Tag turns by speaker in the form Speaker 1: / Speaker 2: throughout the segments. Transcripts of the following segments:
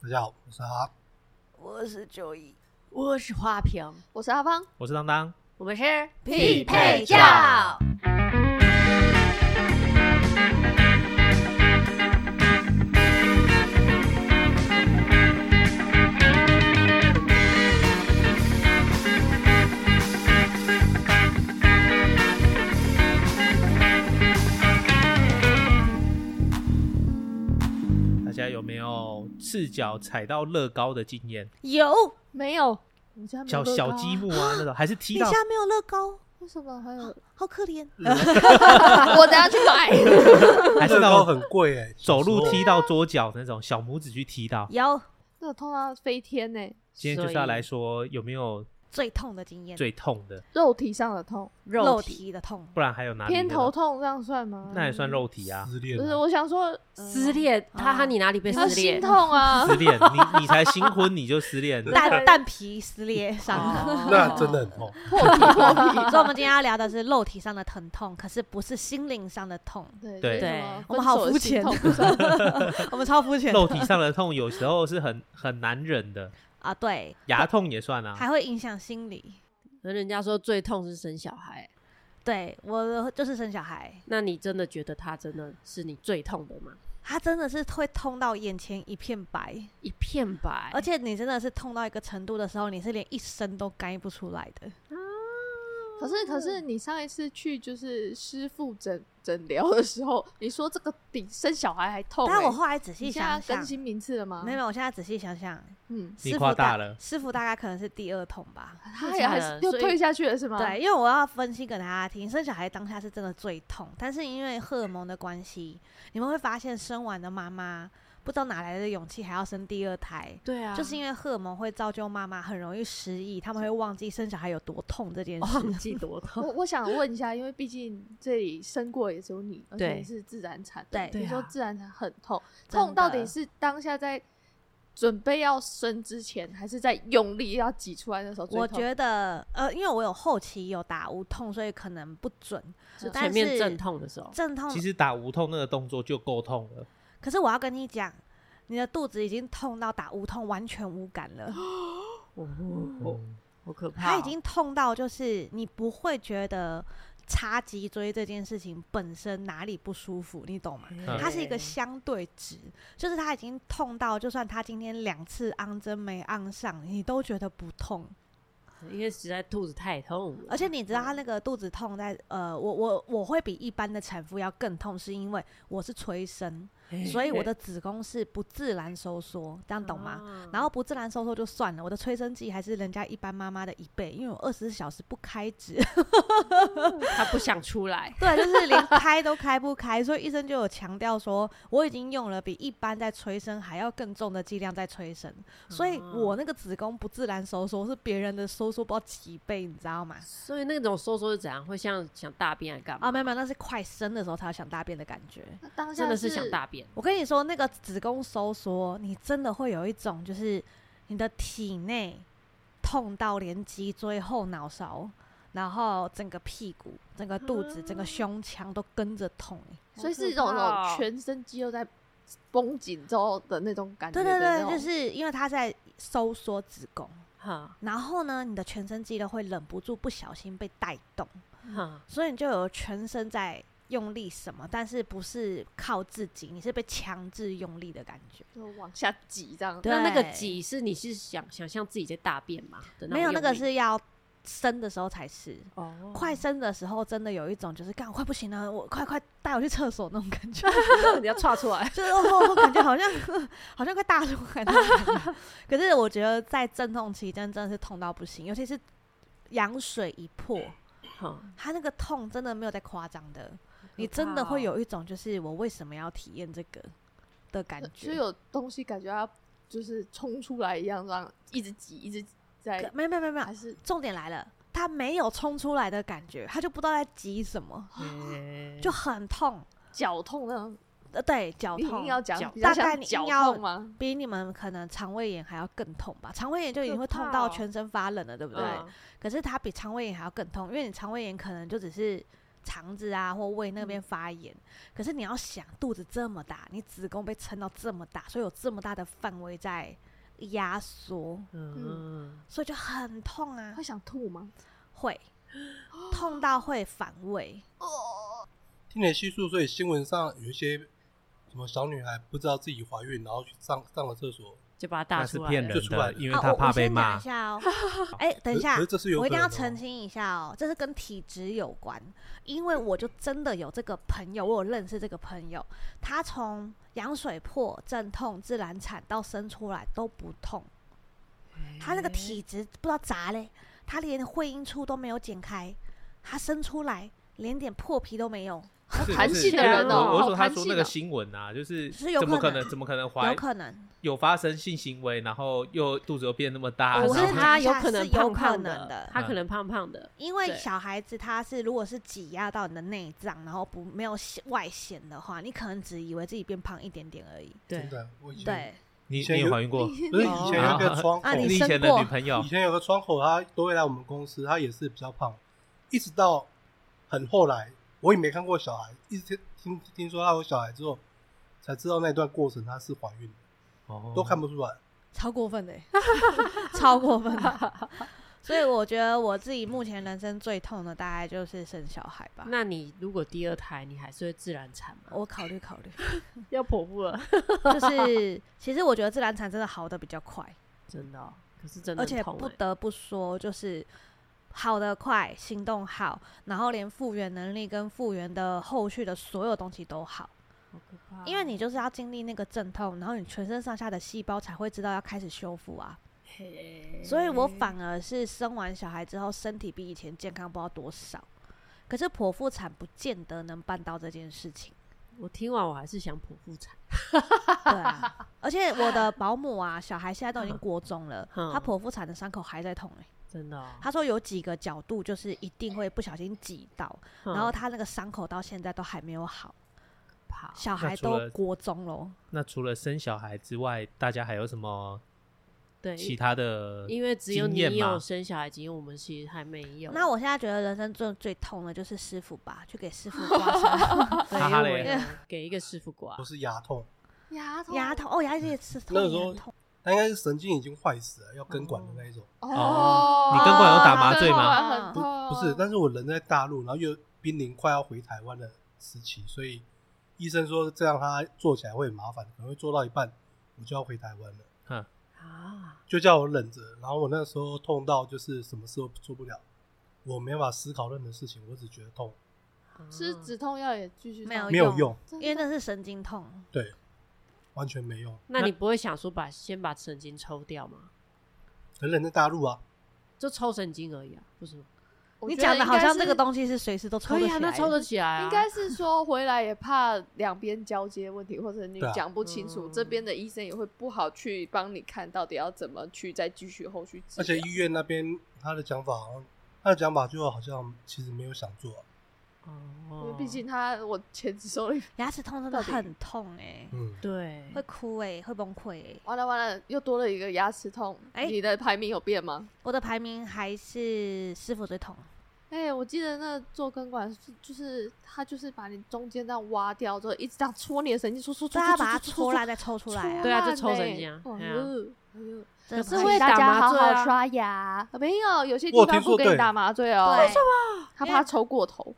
Speaker 1: 大家好，我是阿。
Speaker 2: 我是九一，
Speaker 3: 我是花瓶，
Speaker 2: 我是阿芳，
Speaker 4: 我是当当，
Speaker 3: 我们是
Speaker 4: 匹配
Speaker 3: 教
Speaker 4: 教。大家有没有赤脚踩到乐高的经验？
Speaker 3: 有没有？
Speaker 2: 你家没有
Speaker 4: 小
Speaker 2: 乐
Speaker 4: 小
Speaker 2: 高
Speaker 4: 积
Speaker 2: 啊，
Speaker 4: 木 啊那种，还是踢
Speaker 2: 你
Speaker 4: 到
Speaker 2: 家没有乐高，
Speaker 3: 为什么还有？
Speaker 2: 好可怜。
Speaker 3: 我等下去买。
Speaker 4: 还是
Speaker 1: 乐高
Speaker 4: 到
Speaker 1: 很贵哎、
Speaker 4: 走
Speaker 1: 小
Speaker 4: 路
Speaker 1: 时候
Speaker 4: 踢到桌角那种，小拇指去踢到。
Speaker 3: 有
Speaker 2: 那痛到飞天呢、
Speaker 4: 今天就是要来说有没有
Speaker 3: 最痛的经验，
Speaker 4: 最痛的，
Speaker 2: 肉体上的痛，
Speaker 3: 肉体
Speaker 5: 体的痛，
Speaker 4: 不然还有哪里？
Speaker 2: 偏头，痛这样算吗？
Speaker 4: 啊那也算肉体啊。
Speaker 1: 撕裂
Speaker 2: 不
Speaker 1: 了
Speaker 2: 是，我想说呃
Speaker 3: 撕裂，
Speaker 5: 嗯
Speaker 3: 他和你哪里被撕
Speaker 2: 他
Speaker 3: 裂
Speaker 2: 心？痛 啊，
Speaker 4: 失恋，你你才新婚你就失恋，
Speaker 5: 蛋蛋皮撕裂
Speaker 4: 哦
Speaker 5: 伤。
Speaker 1: 哦 那真的很痛。
Speaker 2: 破皮破皮。
Speaker 5: 所以，我们今天要聊的是肉体上的疼痛，可是不是心灵上的痛。
Speaker 2: 对
Speaker 5: 对
Speaker 4: 对
Speaker 2: 什么
Speaker 5: 我们好肤浅
Speaker 2: 分手的心痛不 算
Speaker 5: 我们超肤浅的
Speaker 4: 肉体上的痛有时候是很很难忍的，
Speaker 5: 啊，对，
Speaker 4: 牙痛也算啊。
Speaker 5: 还会影响心理。
Speaker 3: 可是人家说最痛是生小孩，
Speaker 5: 对我就是生小孩，
Speaker 3: 那你真的觉得他真的是你最痛的吗？
Speaker 5: 他真的是会痛到眼前一片白，
Speaker 3: 一片白，
Speaker 5: 而且你真的是痛到一个程度的时候，你是连一声都该不出来的。
Speaker 2: 可是可是你上一次去就是师傅诊诊疗的时候，你说这个比生小孩还痛、欸。
Speaker 5: 但我后来仔细
Speaker 2: 你现在
Speaker 5: 想想
Speaker 2: 更，新名次了吗？
Speaker 5: 没有，没有我现在仔细想想，
Speaker 2: 嗯，
Speaker 4: 你
Speaker 5: 师
Speaker 4: 夸
Speaker 5: 傅
Speaker 4: 大
Speaker 5: 大
Speaker 4: 了
Speaker 5: 师傅大概可能是第二痛吧。
Speaker 2: 他也还是又
Speaker 3: 所以
Speaker 2: 退下去了是吗？
Speaker 5: 对，因为我要分析给大家听，生小孩当下是真的最痛，但是因为荷尔蒙的关系，你们会发现生完的妈妈不知道哪来的勇气还要生第二胎，
Speaker 3: 对啊，
Speaker 5: 就是因为荷尔蒙会造就妈妈很容易失忆，他们会忘记生小孩有多痛这件事。
Speaker 3: 忘 记多痛。
Speaker 2: 我我想问一下，因为毕竟这里生过也只有你，而且
Speaker 3: 对
Speaker 2: 你是自然产，
Speaker 5: 对
Speaker 2: 你
Speaker 3: 对
Speaker 2: 说
Speaker 3: 啊
Speaker 2: 自然产很痛，
Speaker 5: 真的
Speaker 2: 痛到底是当下在准备要生之前，还是在用力要挤出来的时候最痛？
Speaker 5: 我觉得，呃，因为我有后期有打无痛，所以可能不准
Speaker 3: 就。
Speaker 5: 但
Speaker 3: 前面
Speaker 5: 是
Speaker 3: 阵痛的时候，
Speaker 5: 阵痛
Speaker 4: 其，实打无痛那个动作就够痛了，
Speaker 5: 可是我要跟你讲，你的肚子已经痛到打无痛完全无感了。
Speaker 3: 哦，
Speaker 5: 嗯
Speaker 3: 好可怕哦！
Speaker 5: 他已经痛到就是你不会觉得插脊椎这件事情本身哪里不舒服，你懂吗？
Speaker 3: 哎
Speaker 4: 嗯
Speaker 5: 它是一个相对值，就是他已经痛到，就算他今天两次昂针没昂上，你都觉得不痛。
Speaker 3: 因为实在肚子太痛了，
Speaker 5: 而且你知道他那个肚子痛在呃，我我我会比一般的产妇要更痛，是因为我是催生，
Speaker 3: 哎
Speaker 5: 所以我的子宫是不自然收缩，这样懂吗？
Speaker 3: 啊
Speaker 5: 然后不自然收缩就算了，我的催生剂还是人家一般妈妈的一倍，因为我二十四小时不开指，
Speaker 3: 他不想出来，
Speaker 5: 对，就是连开都开不开，所以医生就有强调说，我已经用了比一般在催生还要更重的剂量在催生，所以我那个子宫不自然收缩是别人的收缩不知道几倍，你知道吗？
Speaker 3: 所以那种收缩是怎样？会像想大便还干嘛？
Speaker 5: 啊，没有没有，那是快生的时候才有想大便的感觉。
Speaker 2: 那当下
Speaker 3: 真的是想大便，
Speaker 5: 我跟你说，那个子宫收缩，你真的会有一种就是你的体内痛到连脊椎、后脑勺，然后整个屁股、整个肚子、
Speaker 2: 啊
Speaker 5: 整个胸腔都跟着痛、欸
Speaker 2: 所以是一种
Speaker 3: 好可怕哦
Speaker 2: 全身肌肉在绷紧之后的那种感觉
Speaker 5: 对
Speaker 2: 的
Speaker 5: 对
Speaker 2: 那
Speaker 5: 对，
Speaker 2: 种。
Speaker 5: 就是因为它在收缩子宫，
Speaker 3: 哈
Speaker 5: 然后呢，你的全身肌肉会忍不住不小心被带动，
Speaker 3: 哈，
Speaker 5: 所以你就有全身在用力什么，但是不是靠自己，你是被强制用力的感觉。
Speaker 2: 就往下挤这样。
Speaker 5: 对
Speaker 3: 那那个挤是你是想想象自己在大便吗？的种
Speaker 5: 没有那个
Speaker 3: 用力
Speaker 5: 是要生的时候才是，
Speaker 3: 哦
Speaker 5: 快生的时候真的有一种就是干我快不行了，我快快带我去厕所那种感 觉，
Speaker 3: 你要岔出 来，
Speaker 5: 就是哦，感觉好像好像快大出来那种感觉。可是我觉得在阵痛期间真的是痛到不行，尤其是羊水一破。
Speaker 3: 哈，
Speaker 5: 他那个痛真的没有在夸张的，你
Speaker 3: 可怕
Speaker 5: 真的
Speaker 3: 哦
Speaker 5: 会有一种就是我为什么要体验这个的感
Speaker 3: 呃
Speaker 2: 就
Speaker 5: 觉。
Speaker 2: 有东西感觉要就是冲出来一样，这样一直挤，一直
Speaker 5: 可
Speaker 2: 在，
Speaker 5: 没有没有没有没有
Speaker 2: 还，是
Speaker 5: 重点来了，他没有冲出来的感觉，他就不知道在急什么，
Speaker 3: 哦
Speaker 5: 就很痛。
Speaker 2: 绞痛那种。
Speaker 5: 呃，对，绞
Speaker 2: 你硬
Speaker 5: 痛
Speaker 2: 要讲
Speaker 3: 绞，
Speaker 2: 比较
Speaker 5: 大概
Speaker 2: 像
Speaker 5: 你硬
Speaker 2: 绞
Speaker 5: 要
Speaker 2: 痛吗？
Speaker 5: 比你们可能肠胃炎还要更痛吧？肠胃炎就已经
Speaker 3: 可
Speaker 5: 会痛
Speaker 3: 怕
Speaker 5: 到
Speaker 3: 哦
Speaker 5: 全身发冷了，对不对？
Speaker 3: 嗯
Speaker 5: 可是它比肠胃炎还要更痛，因为你肠胃炎可能就只是肠子啊或胃那边发炎。可是你要想，肚子这么大，你子宫被撑到这么大，所以有这么大的范围在压缩，
Speaker 2: 嗯
Speaker 4: 嗯，
Speaker 5: 所以就很痛啊
Speaker 2: 会，想吐吗？
Speaker 5: 会痛到会反胃。
Speaker 1: 听你叙述，所以新闻上有一些什么小女孩不知道自己怀孕，然后去上上了厕所，
Speaker 3: 就把它
Speaker 4: 那
Speaker 3: 打
Speaker 4: 是
Speaker 3: 出来了。
Speaker 4: 骗人
Speaker 1: 就出来了
Speaker 4: 的，因为
Speaker 5: 好，
Speaker 4: 他
Speaker 5: 啊我
Speaker 4: 怕
Speaker 5: 我
Speaker 4: 被
Speaker 5: 先讲
Speaker 4: 骂
Speaker 5: 一。下哦。哎、等一
Speaker 1: 可是
Speaker 5: 下
Speaker 1: 可是，这是有
Speaker 5: 我一定要
Speaker 1: 可能的哦
Speaker 5: 澄清一下哦，这是跟体质有关，因为我就真的有这个朋友，我有认识这个朋友，他从羊水破、阵痛、自然产到生出来都不痛，他那个体质不知道咋嘞，他连会阴处都没有剪开，他生出来连点破皮都没有，
Speaker 4: 是
Speaker 2: 弹
Speaker 4: 不是
Speaker 2: 性的人
Speaker 4: 就是
Speaker 2: 哦
Speaker 4: 我我
Speaker 2: 好
Speaker 4: 说他
Speaker 2: 弹
Speaker 4: 说
Speaker 2: 性
Speaker 4: 那个
Speaker 2: 哦
Speaker 4: 新闻啊，就是
Speaker 5: 是有
Speaker 4: 怎么
Speaker 5: 可
Speaker 4: 可
Speaker 5: 能
Speaker 4: 能怎么可能
Speaker 5: 有
Speaker 4: 怀
Speaker 5: 可能，
Speaker 4: 有发生性行为，然后又肚子又啊变那么大，
Speaker 5: 我
Speaker 4: 然
Speaker 3: 可
Speaker 5: 是
Speaker 3: 是
Speaker 4: 后
Speaker 3: 他有
Speaker 5: 我
Speaker 3: 可
Speaker 5: 是
Speaker 3: 能
Speaker 5: 有
Speaker 3: 胖
Speaker 5: 可
Speaker 3: 胖
Speaker 5: 能的
Speaker 3: 的，他可
Speaker 4: 嗯
Speaker 3: 能胖胖的，
Speaker 5: 因为
Speaker 3: 对
Speaker 5: 小孩子他是如果是挤压到你的内脏，然后不没有显外显的话，你可能只以为自己变胖一点点而已。
Speaker 1: 真的，我以前
Speaker 5: 对
Speaker 4: 你
Speaker 1: 以前
Speaker 4: 你有
Speaker 1: 有
Speaker 4: 怀孕过？
Speaker 1: 不是以前有一个窗口
Speaker 5: 啊，你
Speaker 4: 以
Speaker 5: 生
Speaker 4: 前的
Speaker 5: 过
Speaker 4: 女朋 友
Speaker 1: 以前有个窗口，她都会来我们公司，她也是比较胖，一直到很后来，我也没看过小孩，一直听听说她有小孩之后，才知道那段过程她是怀孕的，都看
Speaker 4: 不
Speaker 1: 不出来。
Speaker 5: 超过 分的欸，超过分的。所以我觉得我自己目前人生最痛的大概就是生小孩
Speaker 4: 啊
Speaker 5: 吧。
Speaker 3: 那你如果第二胎，你还是会自然产吗？
Speaker 5: 我考虑考 虑，
Speaker 3: 要剖腹 了，
Speaker 5: 就是其实我觉得自然产真的好的比较快，
Speaker 3: 真的哦、可是真的
Speaker 5: 而
Speaker 3: 很
Speaker 5: 且
Speaker 3: 痛
Speaker 5: 不
Speaker 3: 欸
Speaker 5: 得不说就是好的快，行动好，然后连复原能力跟复原的后续的所有东西都好，
Speaker 3: 好可怕哦
Speaker 5: 因为你就是要经历那个阵痛，然后你全身上下的细胞才会知道要开始修复啊。
Speaker 3: 嘿
Speaker 5: 所以我反而是生完小孩之后，身体比以前健康不知道多少。可是剖腹产不见得能办到这件事情，
Speaker 3: 我听完我还是想剖腹产，
Speaker 5: 对啊。而且我的保姆啊，小孩现在都已经国中了，
Speaker 3: 嗯
Speaker 5: 她剖腹产的伤口还在痛哎、
Speaker 3: 真的哦、
Speaker 5: 她说有几个角度就是一定会不小心挤到，然后
Speaker 3: 他
Speaker 5: 她那个伤口到现在都还没有好，
Speaker 3: 怕哦
Speaker 5: 小孩
Speaker 4: 那除了
Speaker 5: 都国中喽。
Speaker 4: 那除了生小孩之外，大家还有什么
Speaker 3: 对，
Speaker 4: 其他的？
Speaker 3: 因为只有
Speaker 4: 呃经
Speaker 3: 你
Speaker 4: 验嘛
Speaker 3: 有生小孩经验，我们其实还没有。
Speaker 5: 那我现在觉得人生最最痛的就是师傅吧，去给师傅刮 痧
Speaker 3: 对
Speaker 4: 哈哈
Speaker 3: 因哎为我
Speaker 4: 嘞
Speaker 3: 有 给一个师傅刮
Speaker 1: 不，是牙痛，
Speaker 2: 牙痛
Speaker 5: 牙痛哦，牙也是痛，
Speaker 1: 那
Speaker 5: 也
Speaker 1: 时候
Speaker 5: 很痛。
Speaker 1: 她应该是神经已经坏死了，要根管的那一种。
Speaker 2: 哦，
Speaker 4: 你根管有打麻醉吗
Speaker 2: 啊很
Speaker 1: 不
Speaker 5: 哦
Speaker 2: 痛，
Speaker 1: 不是，但是我人在大陆，然后又濒临快要回台湾的时期，所以医生说这样他做起来会很麻烦，可能会做到一半我就要回台湾了，
Speaker 4: 嗯，
Speaker 3: 啊，
Speaker 1: 就叫我忍着。然后我那时候痛到就是什么事都做不了，我没办法思考任何事情，我只觉得痛，
Speaker 3: 啊
Speaker 2: 吃止痛药也继续
Speaker 5: 哦没有
Speaker 2: 上
Speaker 1: 没有用，
Speaker 2: 真的
Speaker 5: 因为那是神经痛。
Speaker 1: 对，完全没用。
Speaker 3: 那你不会想说把先把神经抽掉吗？
Speaker 1: 可是人在大陆啊，
Speaker 3: 就抽神经而已啊，不是吗？
Speaker 2: 我
Speaker 5: 你
Speaker 2: 觉得
Speaker 5: 讲的好像这个
Speaker 2: 应
Speaker 5: 东西是随时都抽
Speaker 3: 可
Speaker 5: 得起
Speaker 3: 以啊，
Speaker 5: 来
Speaker 3: 那
Speaker 5: 的，
Speaker 3: 抽得起来啊。
Speaker 2: 该是 应该是说回来也怕两边交接问题，或者你
Speaker 1: 对啊
Speaker 2: 讲不清楚，
Speaker 3: 嗯
Speaker 2: 这边的医生也会不好去帮你看到底要怎么去再继续后续治
Speaker 1: 而且
Speaker 2: 疗。
Speaker 1: 医院那边他的讲法好像，他的讲法就好像其实没有想做啊、
Speaker 2: 因为
Speaker 3: 哦，
Speaker 2: 毕竟他我前只收了一
Speaker 5: 牙齿痛真的很痛哎、
Speaker 1: 嗯，
Speaker 3: 对
Speaker 5: 会哭哎、会崩溃哎、
Speaker 2: 完了完了，又多了一个牙齿痛。
Speaker 5: 哎
Speaker 2: 你的排名有变吗？
Speaker 5: 我的排名还是师傅最痛，
Speaker 2: 哎、我记得那做根管是就是他就是把你中间这样挖掉，就一直这样戳你的神经，戳戳戳，
Speaker 5: 大家
Speaker 2: 戳
Speaker 5: 啊把它
Speaker 2: 戳
Speaker 5: 戳烂再抽出来、啊，
Speaker 3: 对啊就
Speaker 2: 烂
Speaker 3: 抽
Speaker 2: 欸
Speaker 3: 神经啊
Speaker 2: 哎
Speaker 3: 哎呀
Speaker 2: 呦哎呦
Speaker 5: 真的
Speaker 3: 可是
Speaker 5: 不行
Speaker 3: 会打麻醉啊
Speaker 2: 牙，没有，有些
Speaker 1: 我有
Speaker 2: 地方
Speaker 1: 听
Speaker 2: 不
Speaker 1: 说
Speaker 2: 给你
Speaker 1: 对
Speaker 2: 打麻醉哦，
Speaker 5: 对，
Speaker 2: 他怕抽过头。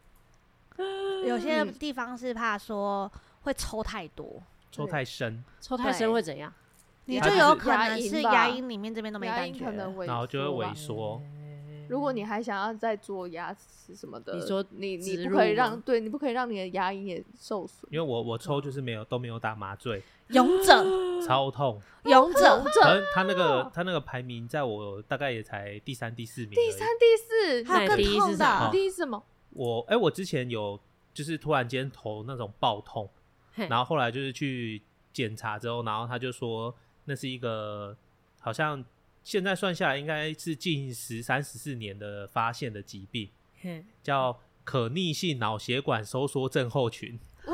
Speaker 5: 有些
Speaker 2: 嗯
Speaker 5: 地方是怕说会抽太多，
Speaker 4: 抽太深，
Speaker 3: 抽太深会怎样？
Speaker 5: 你
Speaker 2: 牙
Speaker 5: 就
Speaker 4: 齿
Speaker 5: 有可能
Speaker 2: 牙
Speaker 5: 是
Speaker 2: 龈吧
Speaker 5: 牙龈里面这边都没
Speaker 2: 牙
Speaker 5: 感
Speaker 2: 龈
Speaker 5: 觉
Speaker 2: 可能
Speaker 5: 了，
Speaker 2: 萎，啊
Speaker 4: 然后就会萎。缩。
Speaker 2: 如果你还想要再做牙齿什么的，
Speaker 3: 嗯你说
Speaker 2: 你
Speaker 3: 植
Speaker 2: 你不
Speaker 3: 入
Speaker 2: 可以
Speaker 3: 吗
Speaker 2: 让对你不可以让你的牙龈也受损。
Speaker 4: 因为我我抽就是没有都没有打麻醉，
Speaker 5: 勇 者，
Speaker 4: 超痛。
Speaker 5: 勇者，
Speaker 4: 可能他那个他那个排名在我大概也才第三第四名而已。
Speaker 2: 第三、第四，
Speaker 5: 还有
Speaker 3: 那你第
Speaker 5: 更
Speaker 3: 一
Speaker 5: 痛
Speaker 3: 是什
Speaker 5: 的
Speaker 3: 么，
Speaker 2: 第一是什么？
Speaker 4: 我哎、我之前有就是突然间头那种爆痛，
Speaker 3: 嘿
Speaker 4: 然后后来就是去检查之后，然后他就说那是一个好像现在算下来应该是近十三十四年的发现的疾病，
Speaker 3: 嘿
Speaker 4: 叫可逆性脑血管收缩症候群。
Speaker 5: 哦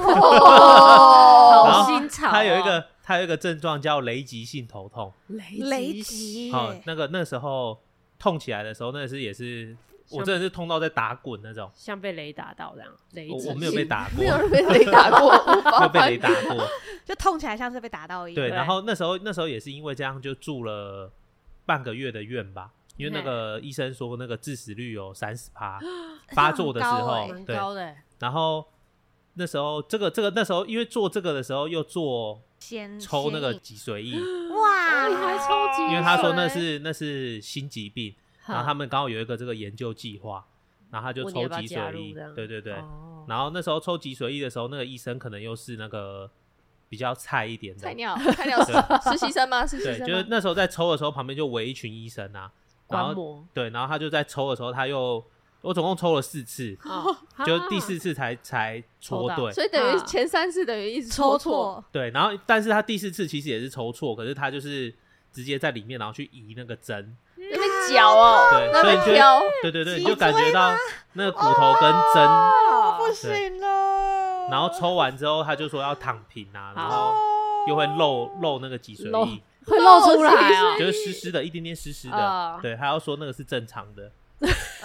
Speaker 4: 然
Speaker 3: 好
Speaker 2: 哦，
Speaker 4: 后
Speaker 3: 新潮哦
Speaker 4: 它有一个它有一个症状叫雷击性头痛。
Speaker 3: 雷
Speaker 5: 雷
Speaker 3: 击
Speaker 5: 击
Speaker 4: 好、
Speaker 5: 耶，
Speaker 4: 那个那时候痛起来的时候，那是也是我真的是痛到在打滚那种，
Speaker 3: 像被雷打到这样，雷
Speaker 4: 我
Speaker 3: 击
Speaker 4: 我没有被 打过，
Speaker 2: 没有人被雷打过，我
Speaker 4: 没
Speaker 2: 包
Speaker 4: 有被
Speaker 2: 办
Speaker 4: 雷打过。
Speaker 5: 就痛起来像是被打到一样。
Speaker 4: 对，
Speaker 3: 对
Speaker 4: 然后那时候那时候也是因为这样就住了半个月的院吧，因为那个医生说那个致死率有三十 趴发作的时
Speaker 5: 很高
Speaker 4: 候
Speaker 5: 欸，
Speaker 3: 蛮
Speaker 4: 对，
Speaker 3: 高的欸，
Speaker 4: 然后那时候这个这个那时候因为做这个的时候又做
Speaker 5: 先
Speaker 4: 抽那个
Speaker 5: 先
Speaker 4: 脊髓液，
Speaker 5: 哇，
Speaker 3: 啊你还抽筋，
Speaker 4: 因为他说
Speaker 3: 哦
Speaker 4: 那是那是新疾病，然后他们刚好有一个这个研究计划，然后他就
Speaker 3: 问你
Speaker 4: 抽
Speaker 3: 要不要
Speaker 4: 脊
Speaker 3: 加
Speaker 4: 髓
Speaker 3: 入
Speaker 4: 液
Speaker 3: 这样，
Speaker 4: 对对对，
Speaker 3: 哦
Speaker 4: 然后那时候抽脊髓液的时候，那个医生可能又是那个比较菜一点的
Speaker 2: 菜，鸟菜鸟实实习生吗？ 实习
Speaker 4: 对，
Speaker 2: 生
Speaker 4: 就是
Speaker 2: 吗？
Speaker 4: 那时候在抽的时候，旁边就围一群医生啊，然
Speaker 3: 观
Speaker 4: 后
Speaker 3: 摩，
Speaker 4: 对，然后他就在抽的时候，他又我总共抽了四次，
Speaker 3: 哦
Speaker 4: 就第
Speaker 3: 啊
Speaker 4: 四次才才
Speaker 3: 抽
Speaker 4: 戳
Speaker 3: 到
Speaker 4: 对，
Speaker 2: 所以等于
Speaker 3: 啊
Speaker 2: 前三次等于一直
Speaker 5: 抽
Speaker 2: 错，
Speaker 5: 错，
Speaker 4: 对，然后但是他第四次其实也是抽错，可是他就是直接在里面，然后去移那个针，
Speaker 2: 那边搅哦，
Speaker 4: 对，
Speaker 2: 那
Speaker 4: 所以
Speaker 2: 边
Speaker 4: 你就
Speaker 2: 挑，
Speaker 4: 对对对，
Speaker 5: 脊
Speaker 4: 你就感觉
Speaker 5: 椎
Speaker 4: 到那个骨头跟针，
Speaker 5: 哦不
Speaker 4: 对
Speaker 5: 行了。
Speaker 4: 然后抽完之后他就说要躺平啊，然后又会漏漏那个脊髓
Speaker 3: 漏
Speaker 4: 液，
Speaker 3: 会露出来
Speaker 2: 哦
Speaker 3: 啊，
Speaker 4: 就是湿湿的，一点点湿湿的
Speaker 3: 啊，
Speaker 4: 对，他要说那个是正常的，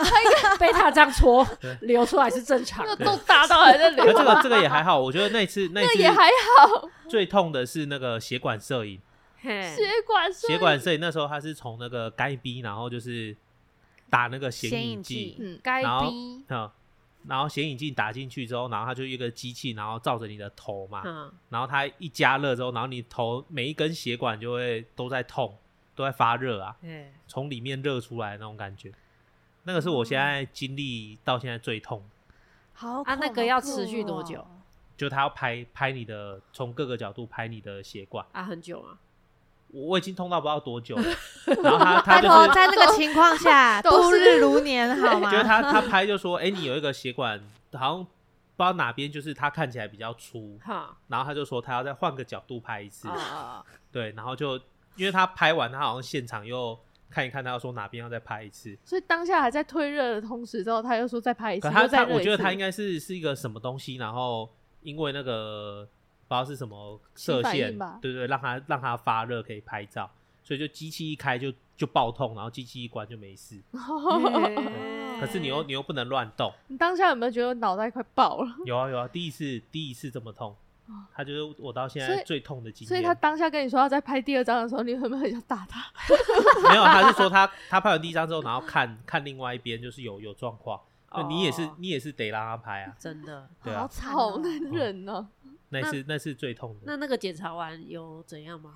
Speaker 3: 被他这样戳
Speaker 4: 对
Speaker 3: 流出来是正常
Speaker 2: 那
Speaker 3: 的，
Speaker 2: 洞大到还在流
Speaker 4: 可，这个这个也还好，我觉得那次那
Speaker 2: 那
Speaker 4: 次
Speaker 2: 也还好，
Speaker 4: 最痛的是那个血管摄影，
Speaker 3: 嘿
Speaker 2: 血管
Speaker 4: 血管摄影那时候他是从那个该逼，然后就是打那个显
Speaker 5: 显
Speaker 4: 影
Speaker 5: 影剂
Speaker 4: 剂，
Speaker 2: 嗯
Speaker 3: 该
Speaker 4: 然后
Speaker 3: 逼，
Speaker 4: 嗯，然后显影剂打进去之后，然后它就一个机器，然后照着你的头嘛，
Speaker 3: 嗯，
Speaker 4: 然后它一加热之后，然后你头每一根血管就会都在痛，都在发热啊，
Speaker 3: 嘿
Speaker 4: 从里面热出来那种感觉，那个是我现在经历到现在最痛，
Speaker 5: 好
Speaker 3: 啊那
Speaker 5: 恐
Speaker 3: 个要
Speaker 5: 怖
Speaker 3: 持续多久
Speaker 5: 哦
Speaker 4: 就它要拍拍你的，从各个角度拍你的血管，
Speaker 3: 啊很久啊，
Speaker 4: 我我已经痛到不知道多 久了，然后它它
Speaker 5: 拜
Speaker 4: 就
Speaker 5: 托，
Speaker 4: 是。
Speaker 5: 在那个情况下，
Speaker 2: 都
Speaker 5: 度
Speaker 2: 是
Speaker 5: 日如年，好吗
Speaker 4: 觉？ 得他他拍就说，哎、你有一个血管好像不知道哪边，就是他看起来比较 粗，
Speaker 3: 哈
Speaker 4: 然后他就说他要再换个角度拍一次，
Speaker 3: 啊啊
Speaker 4: 对，然后就因为他拍完，他好像现场又看一看，他要说哪边要再拍一次。
Speaker 2: 所以当下还在退热的同时，之后他又说再拍一次，
Speaker 4: 可他
Speaker 2: 又再
Speaker 4: 他
Speaker 2: 热一次
Speaker 4: 我觉得他应该是是一个什么东西，然后因为那个不知道是什么射
Speaker 2: 起反
Speaker 4: 线
Speaker 2: 应吧，
Speaker 4: 对对，让他让他发热可以拍照，所以就机器一开就就爆痛，然后机器一关就没事。
Speaker 3: 啊，
Speaker 2: 哎
Speaker 4: 可是你又你又不能乱动。
Speaker 2: 你当下有没有觉得脑袋快爆了？
Speaker 4: 有啊有啊，第一次第一次这么痛，他就是我到现
Speaker 2: 哦所
Speaker 4: 在
Speaker 2: 以
Speaker 4: 最痛的经验。
Speaker 2: 所以他当下跟你说要再拍第二张的时候，你有没有很想打他？
Speaker 4: 没有， 他是说他他拍完第一张之后，然后看看另外一边就是有有状况，那你也是
Speaker 3: 哦
Speaker 4: 你也是得让他拍啊。
Speaker 3: 真的。
Speaker 4: 对
Speaker 5: 好
Speaker 4: 啊，
Speaker 5: 惨
Speaker 2: 好
Speaker 5: 哦，
Speaker 2: 难忍哦、
Speaker 4: 那是那是最痛的。
Speaker 3: 那那个检查完有怎样吗？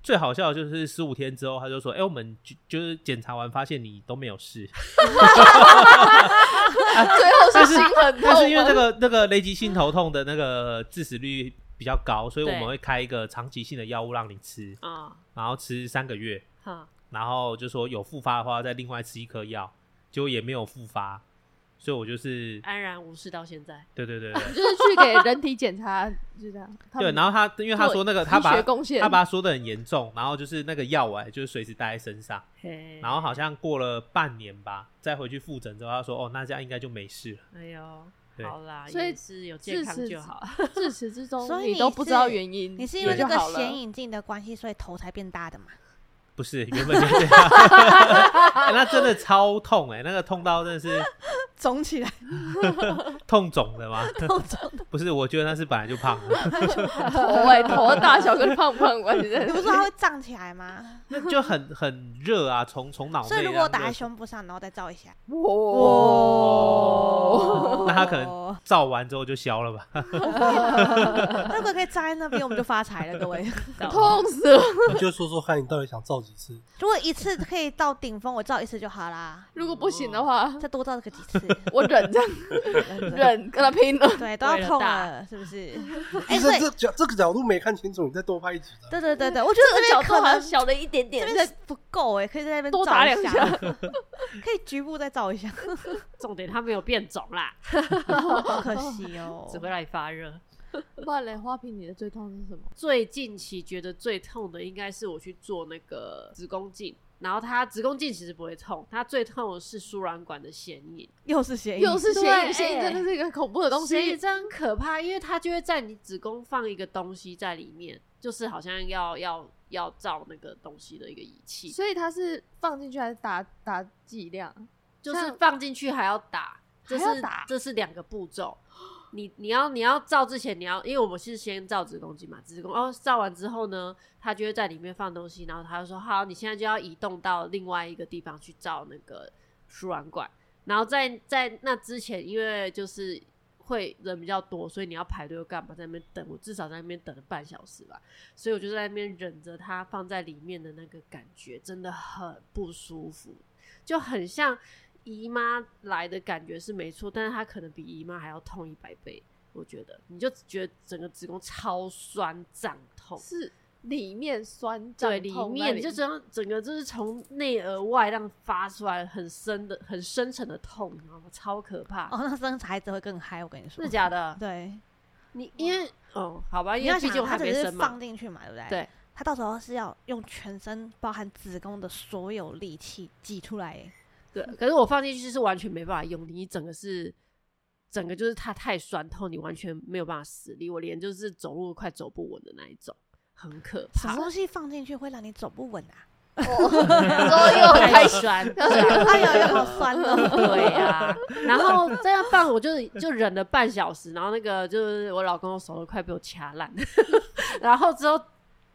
Speaker 4: 最好笑的就是十五天之后，他就说：“哎、我们就就是检查完发现你都没有事，
Speaker 2: 最后
Speaker 4: 啊但
Speaker 2: 是心很痛吗，
Speaker 4: 但是因为这个那个雷击性头痛的那个致死率比较高，所以我们
Speaker 3: 对
Speaker 4: 会开一个长期性的药物让你吃，
Speaker 3: 啊，
Speaker 4: 然后吃三个月。”
Speaker 3: 哈，
Speaker 4: 然后就说有复发的话，再另外吃一颗药，结果也没有复发，所以我就是
Speaker 2: 哎
Speaker 3: 安然无事到现在。
Speaker 4: 对对 对对
Speaker 2: 就是去给人体检查，就这样。他
Speaker 4: 对，
Speaker 2: 们
Speaker 4: 然后他因为他说那个他
Speaker 2: 医
Speaker 4: 把
Speaker 2: 学贡献，
Speaker 4: 他把他说的很严重，然后就是那个药丸就是随时带在身上，
Speaker 2: 哎
Speaker 3: 嘿，
Speaker 4: 然后好像过了半年吧，再回去复诊之后，他说哦那这样应该就没事了，
Speaker 3: 哎呦，
Speaker 4: 对
Speaker 3: 好啦，
Speaker 2: 所以
Speaker 3: 也是有健康就好。
Speaker 2: 自始至终
Speaker 5: 所以
Speaker 2: 你
Speaker 5: 你
Speaker 2: 都不知
Speaker 5: 是
Speaker 2: 道原因，
Speaker 5: 你是因为
Speaker 2: 就
Speaker 5: 那
Speaker 2: 好
Speaker 5: 个
Speaker 2: 了
Speaker 5: 显 影镜的关系，所以头才变大的嘛？
Speaker 4: 不是原本就这样， 哎那真的超痛哎、那个痛到真的是
Speaker 5: 肿起 来，
Speaker 4: 痛肿的吗？
Speaker 5: 痛肿。
Speaker 4: 不是，我觉得那是本来就胖了，
Speaker 2: 头哎、头的大小跟胖不胖有关系真
Speaker 5: 你
Speaker 2: 的
Speaker 5: 不
Speaker 2: 是
Speaker 5: 是它会胀起来吗？
Speaker 4: 那就很很热啊，从从脑内
Speaker 5: 所以如
Speaker 4: 这样
Speaker 5: 果打
Speaker 4: 热
Speaker 5: 在胸部上，然后再照一下，
Speaker 2: 哇，
Speaker 4: 那他可能照完之后就消了吧？
Speaker 5: 如果可以站在 那边，我们就发财了，各位。
Speaker 2: 痛死了！
Speaker 1: 你就说说看你到底想照几次？
Speaker 5: 如果一次可以到顶峰，我照一次就好啦，
Speaker 2: 如果不行的话，
Speaker 5: 再多照个几次，
Speaker 2: 我忍 这样忍跟他拼了。
Speaker 5: 对，都要痛
Speaker 3: 为了大
Speaker 5: 了，是不是？
Speaker 1: 医
Speaker 5: 哎，
Speaker 1: 生
Speaker 5: 所以
Speaker 1: 这角这个角度没看清楚，你再多拍几张。
Speaker 5: 对对对对，我觉得这边可能
Speaker 2: 小了一点
Speaker 5: 这边不够哎，可以在那边
Speaker 2: 多
Speaker 5: 照
Speaker 2: 打
Speaker 5: 一
Speaker 2: 两
Speaker 5: 下，
Speaker 2: 下
Speaker 5: 可以局部再照一下，
Speaker 3: 重点它没有变肿啦，
Speaker 5: 好可惜哦
Speaker 3: 只。会让你发热。
Speaker 2: 不然嘞，花瓶你的最痛是什么？
Speaker 3: 最近期觉得最痛的应该是我去做那个子宫镜，然后它子宫镜其实不会痛，它最痛的是输卵管的显影，
Speaker 5: 又是谐音，
Speaker 2: 又是
Speaker 3: 对
Speaker 2: 显影，
Speaker 3: 哎
Speaker 2: 显影真的是一个很恐怖的东
Speaker 3: 显影
Speaker 2: 西。
Speaker 3: 真的很可怕，因为它就会在你子宫放一个东西在里面，就是好像要要要照那个东西的一个仪器，
Speaker 2: 所以它是放进去还是打打剂量？
Speaker 3: 就是
Speaker 2: 像
Speaker 3: 放进去还要打，这
Speaker 2: 还要
Speaker 3: 是
Speaker 2: 打
Speaker 3: 这是两个步骤。你你要你要照之前，你要因为我们是先照子宫颈嘛，子宫哦照完之后呢，它就会在里面放东西，然后他就说好，你现在就要移动到另外一个地方去照那个输卵管，然后在在那之前，因为就是会人比较多，所以你要排队又干嘛，在那边等，我至少在那边等了半小时吧，所以我就在那边忍着它放在里面的那个感觉，真的很不舒服，就很像姨妈来的感觉是没错，但是它可能比姨妈还要痛一百倍。我觉得，你就觉得整个子宫超酸胀痛，
Speaker 2: 是里面酸胀
Speaker 3: 对，里面就整整个就是从内而外让发出来很深的、很深沉的痛，你知道吗？超可怕，
Speaker 5: 哦，那生孩子会更嗨，我跟你
Speaker 3: 真
Speaker 5: 说。
Speaker 3: 的假 的？
Speaker 5: 对，
Speaker 3: 你因为哦，好吧，
Speaker 5: 你
Speaker 3: 因
Speaker 5: 要
Speaker 3: 为毕
Speaker 5: 想
Speaker 3: 竟我
Speaker 5: 它
Speaker 3: 还没
Speaker 5: 只是
Speaker 3: 生嘛
Speaker 5: 放，进去嘛，对不对？
Speaker 3: 对，
Speaker 5: 它到时候是要用全身，包含子宫的所有力气挤出来耶。
Speaker 3: 对，可是我放进去是完全没办法用，你整个是整个就是它太酸痛，你完全没有办法使力，我连就是走路快走不稳的那一种，很可
Speaker 5: 什么
Speaker 3: 怕，
Speaker 5: 东西 放进去会让你走不稳啊？
Speaker 2: 之后哦又
Speaker 3: 太酸，对啊
Speaker 5: 哎呦，又好酸 哦！
Speaker 3: 对呀、然后这样放，我就就忍了半小时，然后那个就是我老公的手都快被我掐烂， 然后之后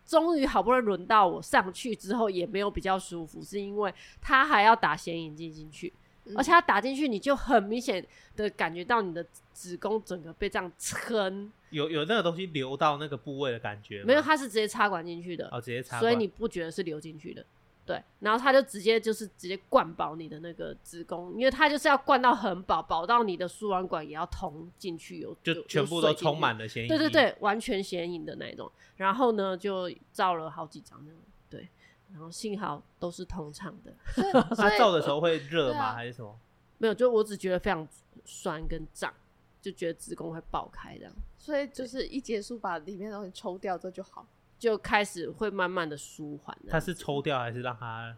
Speaker 3: 终于好不容易轮到我上去之后，也没有比较舒服，是因为他还要打显影剂进去，
Speaker 2: 嗯
Speaker 3: 而且他打进去你就很明显的感觉到你的子宫整个被这样撑，
Speaker 4: 有有那个东西流到那个部位的感觉吗，
Speaker 3: 没有，他是直接插管进去的，
Speaker 4: 哦直接插
Speaker 3: 所
Speaker 4: 管，
Speaker 3: 以你不觉得是流进去的。对，然后他就直接就是直接灌饱你的那个子宫，因为他就是要灌到很饱，饱到你的输卵管也要通进去，有有
Speaker 4: 就
Speaker 3: 有
Speaker 4: 全部都
Speaker 3: 水进去
Speaker 4: 充满了嫌疑。
Speaker 3: 对对，对，完全显影的那一种。然后呢，就照了好几张那种，对，然后幸好都是通畅的，
Speaker 2: 所以
Speaker 4: 它照
Speaker 2: 所以
Speaker 4: 的时候会热
Speaker 2: 对
Speaker 4: 吗？
Speaker 2: 啊
Speaker 4: 还是什么？
Speaker 3: 没有，就我只觉得非常酸跟胀，就觉得子宫会爆开这样。
Speaker 2: 所以就是一结束把里面的东西抽掉这就好。
Speaker 3: 就开始会慢慢的舒缓这样，
Speaker 4: 它是抽掉还是让它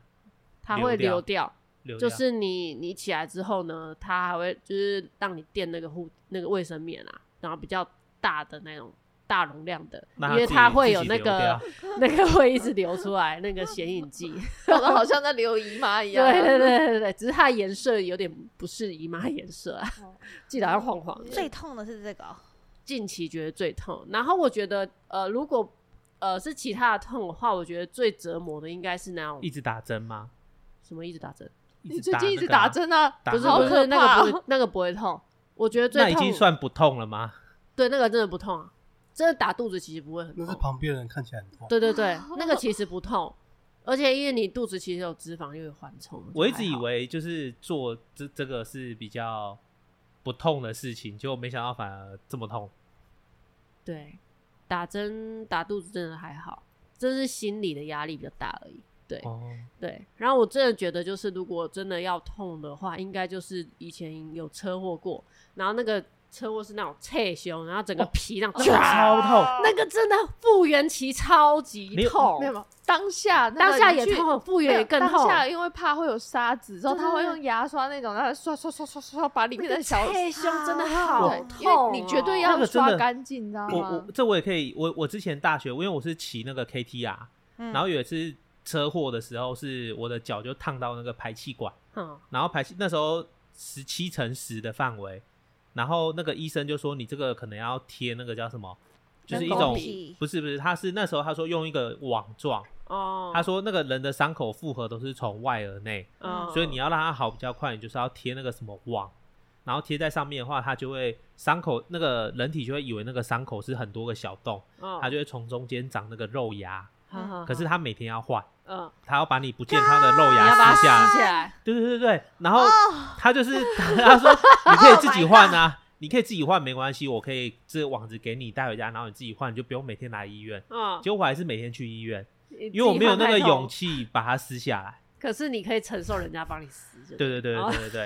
Speaker 3: 它
Speaker 4: 流
Speaker 3: 会
Speaker 4: 掉
Speaker 3: 流掉，
Speaker 4: 流掉？
Speaker 3: 就是你你起来之后呢，它还会就是让你垫那个护那个卫生棉啊，然后比较大的那种大容量的，
Speaker 4: 那
Speaker 3: 因为
Speaker 4: 自己
Speaker 3: 它会有
Speaker 4: 自己
Speaker 3: 那
Speaker 4: 流掉
Speaker 3: 个 那个会一直流出来那个显影剂。
Speaker 2: 搞得好像在流姨妈一
Speaker 3: 对
Speaker 2: 样。啊
Speaker 3: 对对对对，只是它的颜色有点不是姨妈颜色啊，记得要晃晃的。
Speaker 5: 最痛的是这个哦，
Speaker 3: 近期觉得最痛，然后我觉得呃，如果呃是其他的痛的话，我觉得最折磨的应该是那种
Speaker 4: 一直打针 吗？
Speaker 3: 什么一直打针，
Speaker 2: 你
Speaker 4: 一直
Speaker 2: 最
Speaker 4: 打
Speaker 2: 近一
Speaker 4: 那
Speaker 2: 直
Speaker 4: 个啊
Speaker 2: 打，针啊，
Speaker 4: 打
Speaker 3: 不是
Speaker 4: 那
Speaker 2: 好
Speaker 3: 不
Speaker 4: 个
Speaker 3: 是
Speaker 2: 可
Speaker 3: 那
Speaker 2: 怕
Speaker 3: 个不
Speaker 2: 哦
Speaker 3: 会。那个不会痛，我觉得最
Speaker 4: 那
Speaker 3: 痛
Speaker 4: 已经算不痛了 吗？
Speaker 3: 对，那个真的不痛啊，真的打肚子其实不会很
Speaker 1: 那是
Speaker 3: 痛。
Speaker 1: 旁边的人看起来很痛。
Speaker 3: 对对对，那个其实不痛，而且因为你肚子其实有脂肪又有缓冲，
Speaker 4: 我一
Speaker 3: 就
Speaker 4: 直
Speaker 3: 还
Speaker 4: 以
Speaker 3: 好
Speaker 4: 为就是做这这个是比较不痛的事情，结果没想到反而这么痛。
Speaker 3: 对打针打肚子真的还好，真是心理的压力比较大而已。对、
Speaker 4: 哦，
Speaker 3: 对，然后我真的觉得就是如果真的要痛的话，应该就是以前有车祸过，然后那个车祸是那种侧胸，然后整个皮那样、
Speaker 4: 哦超痛，
Speaker 3: 那个真的复原期超级
Speaker 4: 你有
Speaker 3: 痛
Speaker 2: 没，有没有，当下那个
Speaker 3: 当下也
Speaker 2: 你去
Speaker 3: 痛，复
Speaker 2: 没有
Speaker 3: 原也更
Speaker 2: 当
Speaker 3: 痛。
Speaker 2: 下因为怕会有沙子，之后
Speaker 3: 对
Speaker 2: 他
Speaker 3: 对
Speaker 2: 会
Speaker 3: 对
Speaker 2: 用牙刷那种，然后刷刷刷刷刷，把里面的小
Speaker 3: 太凶真的
Speaker 2: 对
Speaker 3: 好
Speaker 2: 因为
Speaker 3: 痛，哦
Speaker 2: 你绝
Speaker 4: 那
Speaker 2: 对要
Speaker 4: 个真的
Speaker 2: 刷干净，你知道
Speaker 4: 我我
Speaker 2: 吗？
Speaker 4: 这我也可以，我我之前大学因为我是骑那个 KTR，
Speaker 5: 嗯
Speaker 4: 然后有一次车祸的时候，是我的脚就烫到那个排气管，
Speaker 3: 嗯
Speaker 4: 然后排气那时候十七乘十的范围，然后那个医生就说你这个可能要贴那个叫什么，就是一
Speaker 5: 人工
Speaker 4: 种
Speaker 5: 皮
Speaker 4: 不是不是，他是那时候他说用一个网状，
Speaker 3: 哦，
Speaker 4: 他说那个人的伤口复合都是从外而内，
Speaker 3: 嗯，
Speaker 4: 所以你要让它好比较快，你就是要贴那个什么网。然后贴在上面的话，它就会伤口那个人体就会以为那个伤口是很多个小洞，
Speaker 3: 嗯
Speaker 4: 它就会从中间长那个肉芽。
Speaker 3: 好好
Speaker 5: 嗯
Speaker 4: 可是
Speaker 3: 好
Speaker 4: 它每天要换，
Speaker 3: 嗯，
Speaker 4: 他要把你不健康的肉
Speaker 3: 你要把
Speaker 4: 芽
Speaker 3: 它
Speaker 4: 撕下来。
Speaker 3: 撕下哦来，
Speaker 4: 对对对对，然后他就是 他说你可以自己换
Speaker 3: Oh
Speaker 4: 啊，你可以自己换没关系，我可以这个网子给你带回家，然后你自己换，你就不用每天来医院。
Speaker 3: 嗯，
Speaker 4: 结果我还是每天去医院，
Speaker 3: 因
Speaker 4: 因为我没有那个勇。气把它撕下来。
Speaker 3: 可是你可以承受人家帮你撕，就
Speaker 4: 对对对
Speaker 3: 哦
Speaker 4: 对对对，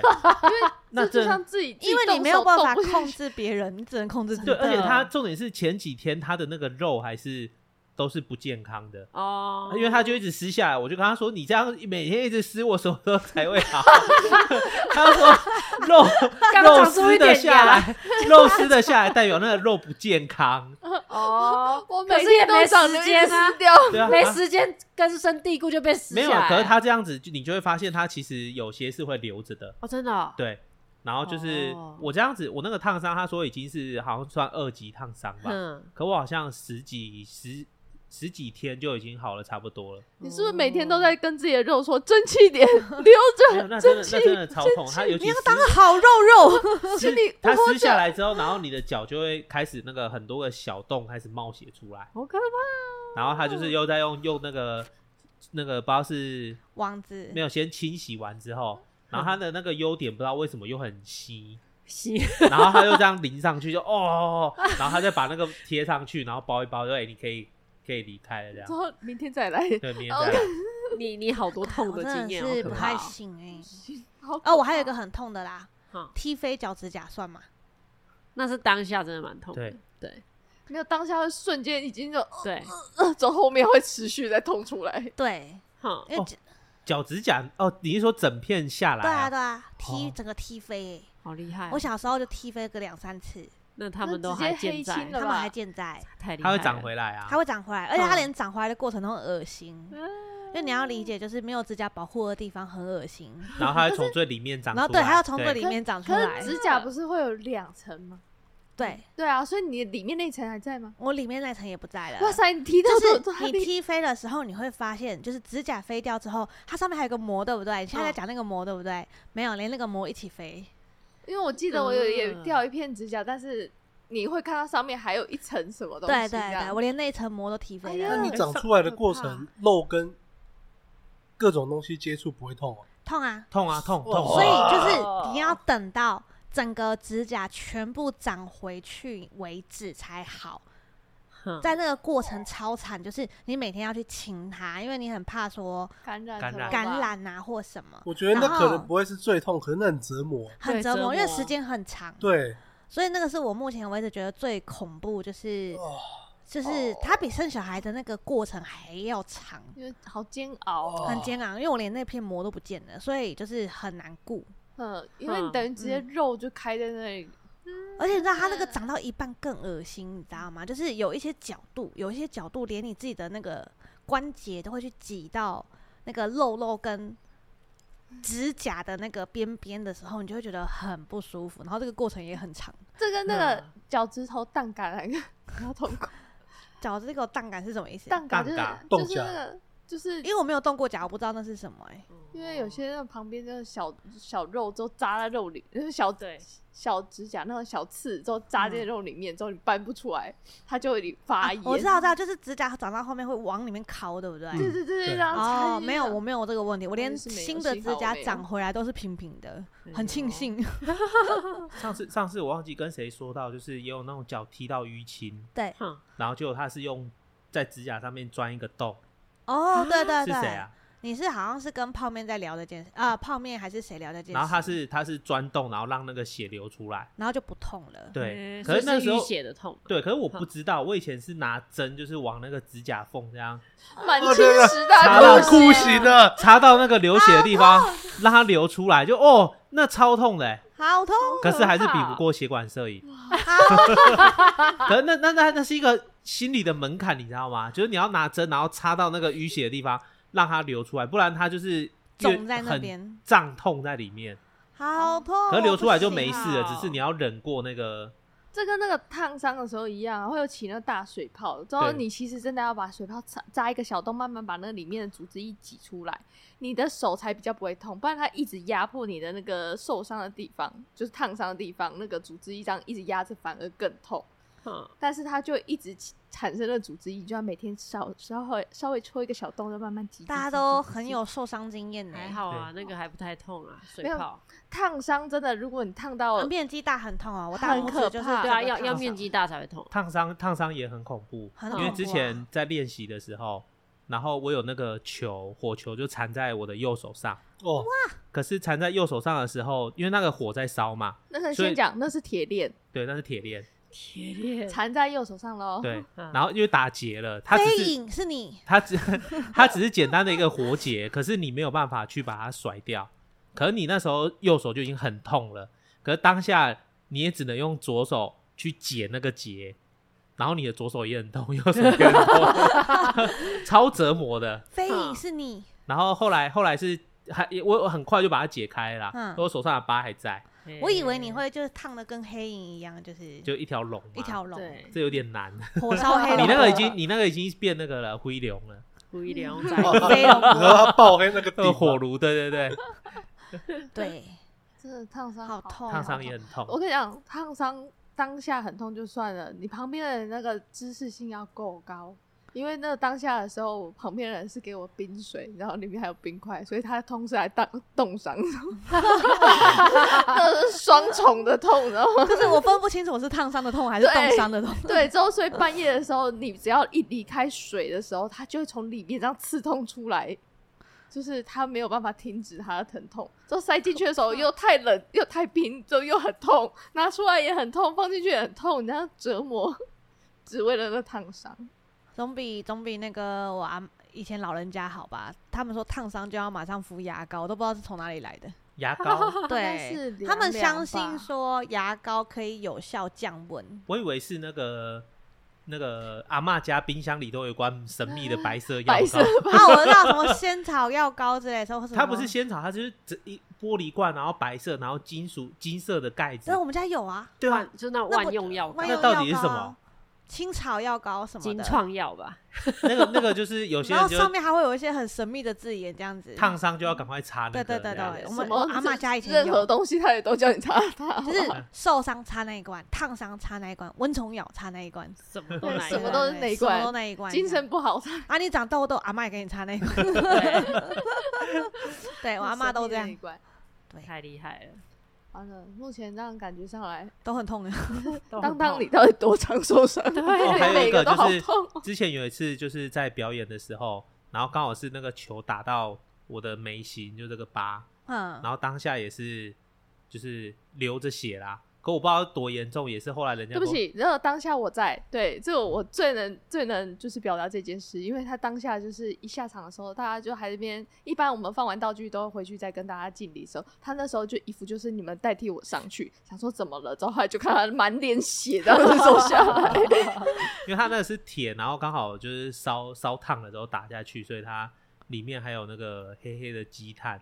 Speaker 4: 那
Speaker 2: 这就
Speaker 4: 真
Speaker 2: 像自己，
Speaker 5: 因为你没有办法控制别人，你只能控制自己
Speaker 4: 对，。而且
Speaker 3: 真的
Speaker 4: 他重点是前几天他的那个肉还是都是不健康的。
Speaker 3: 哦，
Speaker 4: 因为他就一直撕下来，我就跟他说：“你这样每天一直撕，我什么时候才会好？” 他说：“肉
Speaker 3: 刚
Speaker 4: 肉
Speaker 3: 长出
Speaker 4: 撕
Speaker 3: 一
Speaker 4: 的
Speaker 3: 点
Speaker 4: 下
Speaker 3: 芽
Speaker 4: 来，肉撕的下来代表那个肉不健康。”
Speaker 3: 哦，
Speaker 2: 我
Speaker 3: 可
Speaker 2: 每
Speaker 3: 是也
Speaker 2: 天
Speaker 3: 没
Speaker 2: 都长
Speaker 3: 时
Speaker 2: 得
Speaker 3: 间啊
Speaker 2: 死掉。
Speaker 4: 对啊，
Speaker 3: 没
Speaker 4: 啊
Speaker 3: 时间根深蒂固就被撕
Speaker 4: 没有啊
Speaker 3: 下来。，
Speaker 4: 可是他这样子，就你就会发现他其实有些是会留着的，
Speaker 3: 哦，真的哦，
Speaker 4: 对。然后就是
Speaker 3: 哦
Speaker 4: 我这样子，我那个烫伤，他说已经是好像算二级烫伤吧，
Speaker 3: 嗯，
Speaker 4: 可我好像十几十十几天就已经好了差不多 了。
Speaker 2: 你是不是每天都在跟自己的肉 说争气点，
Speaker 4: 没
Speaker 2: 留
Speaker 4: 有，那
Speaker 2: 着，
Speaker 4: 真的
Speaker 2: 争气
Speaker 4: 那真的超痛，它尤其
Speaker 5: 你要
Speaker 4: 撕
Speaker 5: 当个好肉肉，
Speaker 4: 撕
Speaker 2: 你
Speaker 4: 它
Speaker 2: 活
Speaker 4: 撕下
Speaker 2: 着
Speaker 4: 来之后，然后你的脚就会开始那个很多个小洞开始冒血出来，
Speaker 3: 好可怕
Speaker 4: 然后他就是又在用用那个那个不知道是
Speaker 5: 王子
Speaker 4: 没有先清洗完之后，然后它的那个优点不知道为什么又很稀，
Speaker 3: 哦，
Speaker 4: 然后他就这样淋上去就哦，然后他再把那个贴上去，然后包一包，对，你可以可以离开了这
Speaker 2: 之
Speaker 4: 样。
Speaker 2: 后明天再来。
Speaker 4: 对，明天再来。
Speaker 3: 你你好多痛
Speaker 5: 哎我
Speaker 3: 的
Speaker 5: 真
Speaker 3: 经
Speaker 5: 的
Speaker 3: 验，
Speaker 5: 是
Speaker 3: 好
Speaker 5: 不
Speaker 3: 可
Speaker 5: 太
Speaker 4: 哦
Speaker 3: 怕
Speaker 5: 行哎。
Speaker 2: 好可怕
Speaker 5: 哦，我还有一个很痛的啦，
Speaker 3: 哦。
Speaker 5: 踢飞脚趾甲算吗？
Speaker 3: 那是当下真的蛮痛的
Speaker 4: 对，
Speaker 3: 对
Speaker 2: 没有当下瞬间已经就
Speaker 3: 对，
Speaker 2: 呃，走后面会持续再痛出来。
Speaker 5: 对，
Speaker 3: 哼，
Speaker 5: 因为
Speaker 4: 哦
Speaker 5: 只
Speaker 4: 脚趾甲哦，你是说整片下来、
Speaker 5: 对啊对啊，踢
Speaker 4: 哦
Speaker 5: 整个踢飞
Speaker 3: 好厉害
Speaker 5: 哎，
Speaker 3: 哦。
Speaker 5: 我小时候就踢飞个两三次，
Speaker 3: 那他们
Speaker 2: 那
Speaker 3: 都
Speaker 2: 直接
Speaker 3: 还
Speaker 2: 黑
Speaker 3: 健在，
Speaker 2: 青
Speaker 5: 他
Speaker 2: 了
Speaker 5: 们
Speaker 2: 吧
Speaker 5: 还健在，
Speaker 3: 太厉害
Speaker 4: 它
Speaker 3: 了，
Speaker 4: 会长回来啊。
Speaker 5: 它会长回来，而且它
Speaker 3: 嗯
Speaker 5: 连长回来的过程都很恶心，
Speaker 2: 嗯
Speaker 5: 因为你要理解，就是没有指甲保护的地方很恶心，
Speaker 4: 然后它会从最里面长出
Speaker 5: 然
Speaker 4: 来。
Speaker 5: 后对，它要从最
Speaker 4: 对
Speaker 5: 里面长出
Speaker 2: 可
Speaker 5: 来
Speaker 2: 是，指甲不是会有两层吗？
Speaker 5: 对
Speaker 2: 对啊，所以你里面那层还在吗？
Speaker 5: 我里面那层也不在了。
Speaker 2: 哇塞，你提到都
Speaker 5: 啊就
Speaker 2: 都
Speaker 5: 是你踢飞的时候，你会发现，就是指甲飞掉之后，它上面还有个膜，对不对？你现在在
Speaker 3: 嗯
Speaker 5: 讲那个膜，对不对？没有，连那个膜一起飞。
Speaker 2: 因为我记得我有也
Speaker 3: 嗯
Speaker 2: 掉一片指甲，但是你会看到上面还有一层什么东西。
Speaker 5: 对对
Speaker 2: 这样
Speaker 5: 对，我连那一层膜都踢飞
Speaker 2: 哎
Speaker 5: 了，
Speaker 2: 呀
Speaker 1: 那你长出来的过程，肉跟各种东西接触不会痛哦、
Speaker 5: 痛啊！
Speaker 4: 痛啊痛痛。
Speaker 5: 所以
Speaker 4: 痛
Speaker 5: 就是你要等到整个指甲全部长回去为止才好。
Speaker 3: 哼
Speaker 5: 在那个过程超惨，就是你每天要去清它，因为你很怕说
Speaker 2: 感染
Speaker 4: 感
Speaker 2: 什么吧
Speaker 5: 感，染啊或什么，
Speaker 1: 我觉得那
Speaker 5: 然后
Speaker 1: 可能不会是最痛，可是那很折磨。
Speaker 5: 很
Speaker 3: 对
Speaker 5: 折
Speaker 3: 折
Speaker 5: 磨，因为
Speaker 3: 磨
Speaker 5: 时间很长。，
Speaker 1: 对，
Speaker 5: 所以那个是我目前为止觉得最恐怖，就是
Speaker 1: 哦
Speaker 5: 就是它比生小孩的那个过程还要长，
Speaker 2: 因为好煎熬哦。
Speaker 5: 很煎熬。因为我连那片膜都不见了，所以就是很难顾。
Speaker 2: 嗯，因为你等于直接肉就开在那里，
Speaker 5: 而且你知道它
Speaker 2: 嗯
Speaker 5: 那个长到一半更恶心，你知道吗？就是有一些角度，有一些角度连你自己的那个关节都会去挤到那个肉肉跟指甲的那个边边的时候，你就会觉得很不舒服。然后这个过程也很长。
Speaker 2: 这跟那个
Speaker 5: 嗯
Speaker 2: 脚趾头荡感染比较痛苦。
Speaker 5: 脚趾这个荡感是什么意思？
Speaker 2: 荡感就是
Speaker 4: 荡感
Speaker 2: 就是
Speaker 1: 动脚
Speaker 2: 那个就是
Speaker 5: 因为我没有动过脚，我不知道那是什么哎、
Speaker 3: 嗯
Speaker 2: 因为有些那个旁边那个小小肉都扎在肉里，就是小
Speaker 3: 对
Speaker 2: 小指甲那种小刺都扎进肉里面之后，你掰不出来，它就有点发炎。
Speaker 5: 我知道， 我知道，就是指甲长到后面会往里面靠，对不对？
Speaker 1: 嗯
Speaker 2: 对对对对，
Speaker 1: 对
Speaker 2: 然后
Speaker 5: 哦，没有，我 没有这个问题，我连
Speaker 2: 啊就是没有
Speaker 5: 新的
Speaker 2: 幸好哦
Speaker 5: 指甲
Speaker 2: 没有
Speaker 5: 长回来都是平平的，很庆 幸。
Speaker 4: 上次上次我忘记跟谁说到，就是也有那种脚踢到淤青，
Speaker 5: 对，
Speaker 3: 哼，
Speaker 4: 然后结果他是用在指甲上面钻一个洞，
Speaker 5: 哦，对对
Speaker 4: 是
Speaker 5: 对，
Speaker 4: 谁啊？
Speaker 5: 你是好像是跟泡面在聊这件事啊、泡面还是谁聊这件事？
Speaker 4: 然后他，是他是钻洞，然后让那个血流出来。
Speaker 5: 然后就不痛了。
Speaker 4: 对，
Speaker 3: 诶
Speaker 4: 可是
Speaker 3: 嗯所以
Speaker 4: 那
Speaker 3: 是
Speaker 4: 时候
Speaker 3: 淤血的痛，
Speaker 4: 对，可是我不知道，我以前是拿针，就是往那个指甲缝这样
Speaker 2: 满
Speaker 1: 哦
Speaker 2: 清
Speaker 1: 对了
Speaker 2: 十
Speaker 3: 啊
Speaker 4: 查
Speaker 2: 大
Speaker 4: 到
Speaker 2: 酷
Speaker 1: 那
Speaker 2: 刑
Speaker 1: 酷刑了，
Speaker 4: 插到那个流血的地方，
Speaker 3: 啊
Speaker 4: 让它流出来，就哦，那超痛的欸、
Speaker 5: 好痛，
Speaker 4: 可是还是比不过血管摄影。 可是那那那那是一个心理的门槛，你知道吗？就是你要拿针，然后插到那个淤血的地方，让它流出来，不然它就是越
Speaker 5: 肿在那
Speaker 4: 很
Speaker 5: 边
Speaker 4: 胀痛在里面。
Speaker 5: 好痛！
Speaker 4: 可是流出来就
Speaker 5: 我不行啊
Speaker 4: 没事了，
Speaker 3: 哦
Speaker 4: 只是你要忍过那个。
Speaker 2: 这跟那个烫伤的时候一样啊，会有起那个大水泡，之
Speaker 4: 对
Speaker 2: 后你其实真的要把水泡扎扎一个小洞，慢慢把那里面的组织一挤出来，你的手才比较不会痛，不然它一直压迫你的那个受伤的地方，就是烫伤的地方，那个组织一张一直压着，反而更痛。
Speaker 3: 哼，
Speaker 2: 但是它就一直起产生了组织液，就要每天稍稍微稍微戳一个小洞，就慢慢挤。
Speaker 5: 大家
Speaker 2: 挤挤
Speaker 5: 都
Speaker 2: 挤
Speaker 5: 很
Speaker 2: 挤
Speaker 5: 有受伤经验呢、欸
Speaker 3: 还好啊，那个还不太痛啊，水
Speaker 2: 没有
Speaker 3: 泡，
Speaker 2: 烫伤，真的，如果你烫到
Speaker 5: 啊面积大很痛啊，我大
Speaker 2: 很
Speaker 5: 拇
Speaker 2: 可
Speaker 5: 指就是这
Speaker 2: 怕
Speaker 3: 对啊，
Speaker 5: 个
Speaker 3: 要
Speaker 5: 烫
Speaker 3: 要
Speaker 5: 伤
Speaker 3: 面积大才会痛，
Speaker 4: 烫伤，烫伤也很恐怖，
Speaker 5: 很
Speaker 4: 因
Speaker 5: 恐
Speaker 4: 为
Speaker 5: 怖
Speaker 4: 之
Speaker 5: 啊
Speaker 4: 前在练习的时候，然后我有那个球火球就缠在我的右手上，
Speaker 1: 哦，
Speaker 4: 可是缠在右手上的时候，因为那个火在烧嘛，
Speaker 2: 那个
Speaker 4: 所以
Speaker 2: 先讲，那是铁链
Speaker 4: 对，那是铁链，
Speaker 3: 铁链
Speaker 2: 缠在右手上喽。
Speaker 4: 对，
Speaker 5: 哦
Speaker 3: 嗯
Speaker 4: 然后因为打结了，它只
Speaker 5: 飞
Speaker 4: 是
Speaker 5: 影是你，
Speaker 4: 它只它只是简单的一个活结，可是你没有办法去把它甩掉，可是你那时候右手就已经很痛了，可是当下你也只能用左手去解那个结，然后你的左手也很痛，右 手也很痛， 超折磨的。
Speaker 5: 非
Speaker 3: 嗯
Speaker 5: 影是你，
Speaker 4: 然后后来后来是还也我我很快就把它解开了啦，
Speaker 5: 嗯
Speaker 4: 因为我手上的疤还在，
Speaker 3: 嗯
Speaker 5: 我以为你会就是烫的跟黑影一样，就是
Speaker 4: 就一条龙嘛，
Speaker 5: 一条龙，
Speaker 3: 对，
Speaker 4: 这有点难。
Speaker 5: 火烧黑
Speaker 4: 你
Speaker 5: 龙，
Speaker 4: 那个已经你那个已经变那个了灰龙了，
Speaker 3: 故意聊
Speaker 1: 然后
Speaker 3: 在
Speaker 5: 飞龙
Speaker 1: 然后他爆黑那个
Speaker 4: 那个
Speaker 1: 地
Speaker 4: 火炉，对对对，
Speaker 5: 对，
Speaker 2: 真的烫伤
Speaker 5: 好痛
Speaker 4: 烫伤也很
Speaker 2: 我
Speaker 4: 痛。
Speaker 2: 跟你讲，烫伤当下很痛就算了，你旁边的人那个知识性要够高，因为那个当下的时候，我旁边的人是给我冰水，然后里面还有冰块，所以他痛是来当冻伤，那是双重的痛，然后
Speaker 5: 就是我分不清楚我是烫伤的痛还是冻伤的痛，
Speaker 2: 对，之后所以半夜的时候，你只要一离开水的时候，它就会从里面这样刺痛出来。就是它没有办法停止它的疼痛，之后塞进去的时候又太冷又太冰，就又很痛，拿出来也很痛，放进去也很痛，你这样折磨，只为了那烫伤。
Speaker 5: 总比总比那个我阿以前老人家好吧？他们说烫伤就要马上敷牙膏，都不知道是从哪里来的。
Speaker 4: 牙膏，
Speaker 2: 该
Speaker 5: 对
Speaker 2: 哦是，
Speaker 5: 他们
Speaker 2: 凉凉吧
Speaker 5: 相信说牙膏可以有效降 温，
Speaker 4: 我以为是那个那个阿嬷家冰箱里都有一罐神秘的白色药
Speaker 2: 白色
Speaker 4: 膏，
Speaker 5: 啊，我知道什么仙草药膏之类的，或什么
Speaker 4: 它不是，仙草，它就是整一玻璃罐，然后白色，然后金属金色的盖子
Speaker 5: 但，我们家有啊，
Speaker 4: 对啊，
Speaker 3: 就那
Speaker 5: 那
Speaker 3: 万
Speaker 5: 不
Speaker 3: 用药膏
Speaker 5: 万、用
Speaker 4: 那到底
Speaker 5: 药
Speaker 4: 是什
Speaker 5: 膏啊
Speaker 4: 么？
Speaker 5: 青草药膏什么
Speaker 3: 金
Speaker 5: 的，
Speaker 3: 创药吧，
Speaker 4: 那个那个就是有些
Speaker 5: 然
Speaker 4: 人
Speaker 5: 后
Speaker 4: 就
Speaker 5: 上面还会有一些很神秘的字眼，这样子。
Speaker 4: 烫伤就要赶快擦那
Speaker 5: 对
Speaker 4: 个，
Speaker 5: 对对
Speaker 4: 这样
Speaker 5: 对，我
Speaker 2: 什
Speaker 5: 们
Speaker 2: 么
Speaker 5: 我阿妈家以前
Speaker 2: 任何
Speaker 5: 有，
Speaker 2: 东西，他也都叫你擦它，
Speaker 5: 就
Speaker 2: 就是
Speaker 5: 受伤擦那一罐，烫伤擦那一罐，蚊虫咬擦那一罐，
Speaker 3: 什么都
Speaker 2: 对
Speaker 3: 来
Speaker 2: 什么
Speaker 3: 了
Speaker 2: 都是
Speaker 5: 对
Speaker 2: 那一
Speaker 5: 什么
Speaker 2: 罐
Speaker 5: 都那一罐这
Speaker 2: 精
Speaker 5: 样。
Speaker 2: 神不好，他
Speaker 5: 啊，你长痘痘，阿妈也给你擦那一罐。
Speaker 3: 对，
Speaker 5: 对我阿妈都这样，。对，
Speaker 3: 太厉害了，
Speaker 2: 完了，目前这样感觉上来，
Speaker 5: 都很痛的。
Speaker 3: 都很
Speaker 2: 当当
Speaker 3: 痛
Speaker 2: 你到底多常受伤？
Speaker 4: 哦，还有
Speaker 2: 每
Speaker 4: 一个
Speaker 2: 都好
Speaker 4: 就是
Speaker 2: 痛。
Speaker 4: 之前有一次就是在表演的时候，然后刚好是那个球打到我的眉心，就这个疤，
Speaker 5: 嗯
Speaker 4: 然，后当下也是就是流着血啦。可我不知道多严重，也是后来人家
Speaker 2: 对不
Speaker 4: 跟我，
Speaker 2: 起，然后当下我在，对，这个我最能最能就是表达这件事，因为他当下就是一下场的时候，大家就还在那边，一般我们放完道具都回去再跟大家敬礼的时候，他那时候就一副就是你们代替我上去，想说怎么了，之后后来就看他满脸血这样子走下来，
Speaker 4: 因为他那个是铁，然后刚好就是烧烧烫了之后打下去，所以它里面还有那个黑黑的积碳。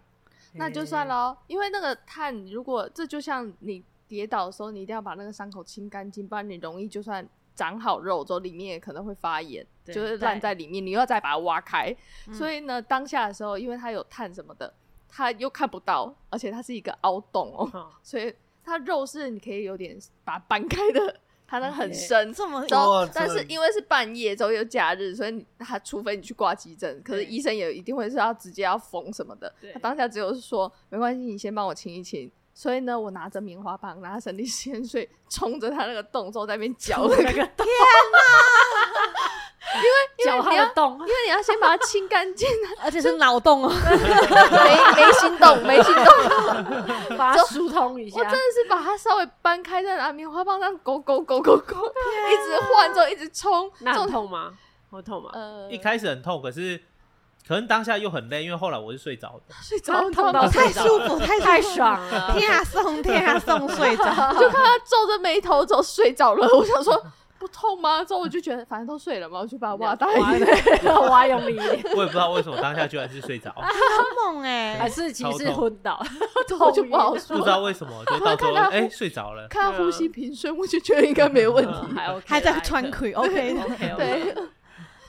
Speaker 2: 那就算了哦，因为那个碳如果这就像你跌倒的时候，你一定要把那个伤口清干净，不然你容易就算。长好肉之后，里面也可能会发炎，
Speaker 3: 对
Speaker 2: 就是烂在里面，你又要再把它挖开。
Speaker 5: 嗯
Speaker 2: 所以呢，当下的时候，因为它有碳什么的，它又看不到，而且它是一个凹洞哦，
Speaker 3: 哦
Speaker 2: 所以它肉是你可以有点把它搬开的，它能很深。
Speaker 5: 这 么
Speaker 2: 然后
Speaker 1: 哇，
Speaker 2: 但是
Speaker 1: 这
Speaker 2: 因为是半夜，之后又假日，所以你他除非你去挂急诊，可是
Speaker 3: 对
Speaker 2: 医生也一定会是要直接要缝什么的
Speaker 3: 对。
Speaker 2: 他当下只有是说没关系，你先帮我清一清。所以呢，我拿着棉花棒，拿着生理盐水，冲着他那个洞，之后在那边搅那个，因为
Speaker 3: 脚
Speaker 2: 你
Speaker 3: 还
Speaker 2: 要
Speaker 3: 有洞，
Speaker 2: 你要先把它清干净，
Speaker 5: 而且是脑洞哦。
Speaker 2: 没没心动，没心动。
Speaker 3: 把它疏通一
Speaker 2: 我真
Speaker 3: 下
Speaker 2: 的，是把它稍微搬开，再拿棉花棒这样勾勾勾勾勾，一直换，之后一直冲，
Speaker 3: 那
Speaker 2: 这
Speaker 3: 很
Speaker 2: 种
Speaker 3: 痛吗？会痛吗？
Speaker 2: 呃，
Speaker 4: 一开始很痛，可是可能当下又很累，因为后来我是睡着的。
Speaker 2: 睡着
Speaker 3: 痛到
Speaker 2: 了
Speaker 5: 太舒服，太
Speaker 3: 太
Speaker 5: 舒服
Speaker 3: 爽了，
Speaker 5: 天啊送天啊送睡着，
Speaker 2: 就看他皱着眉头走睡着了。我想说不痛吗？之后我就觉得反正都睡了嘛，我就把它挖大一点。
Speaker 3: 点，挖用力一 点，
Speaker 4: 我也不知道为什么当下居然是睡着，
Speaker 5: 好猛哎！
Speaker 3: 还是其
Speaker 4: 超
Speaker 3: 实
Speaker 4: 痛
Speaker 3: 昏倒，
Speaker 2: 我就不好
Speaker 4: 不知道为什么，就到时候
Speaker 2: 看他
Speaker 4: 哎、睡着了。
Speaker 2: 看他呼吸平顺，我就觉得应该 没问题。
Speaker 3: 嗯还 OK，
Speaker 5: 还在穿裤，OK，的
Speaker 3: ，OK，
Speaker 2: 对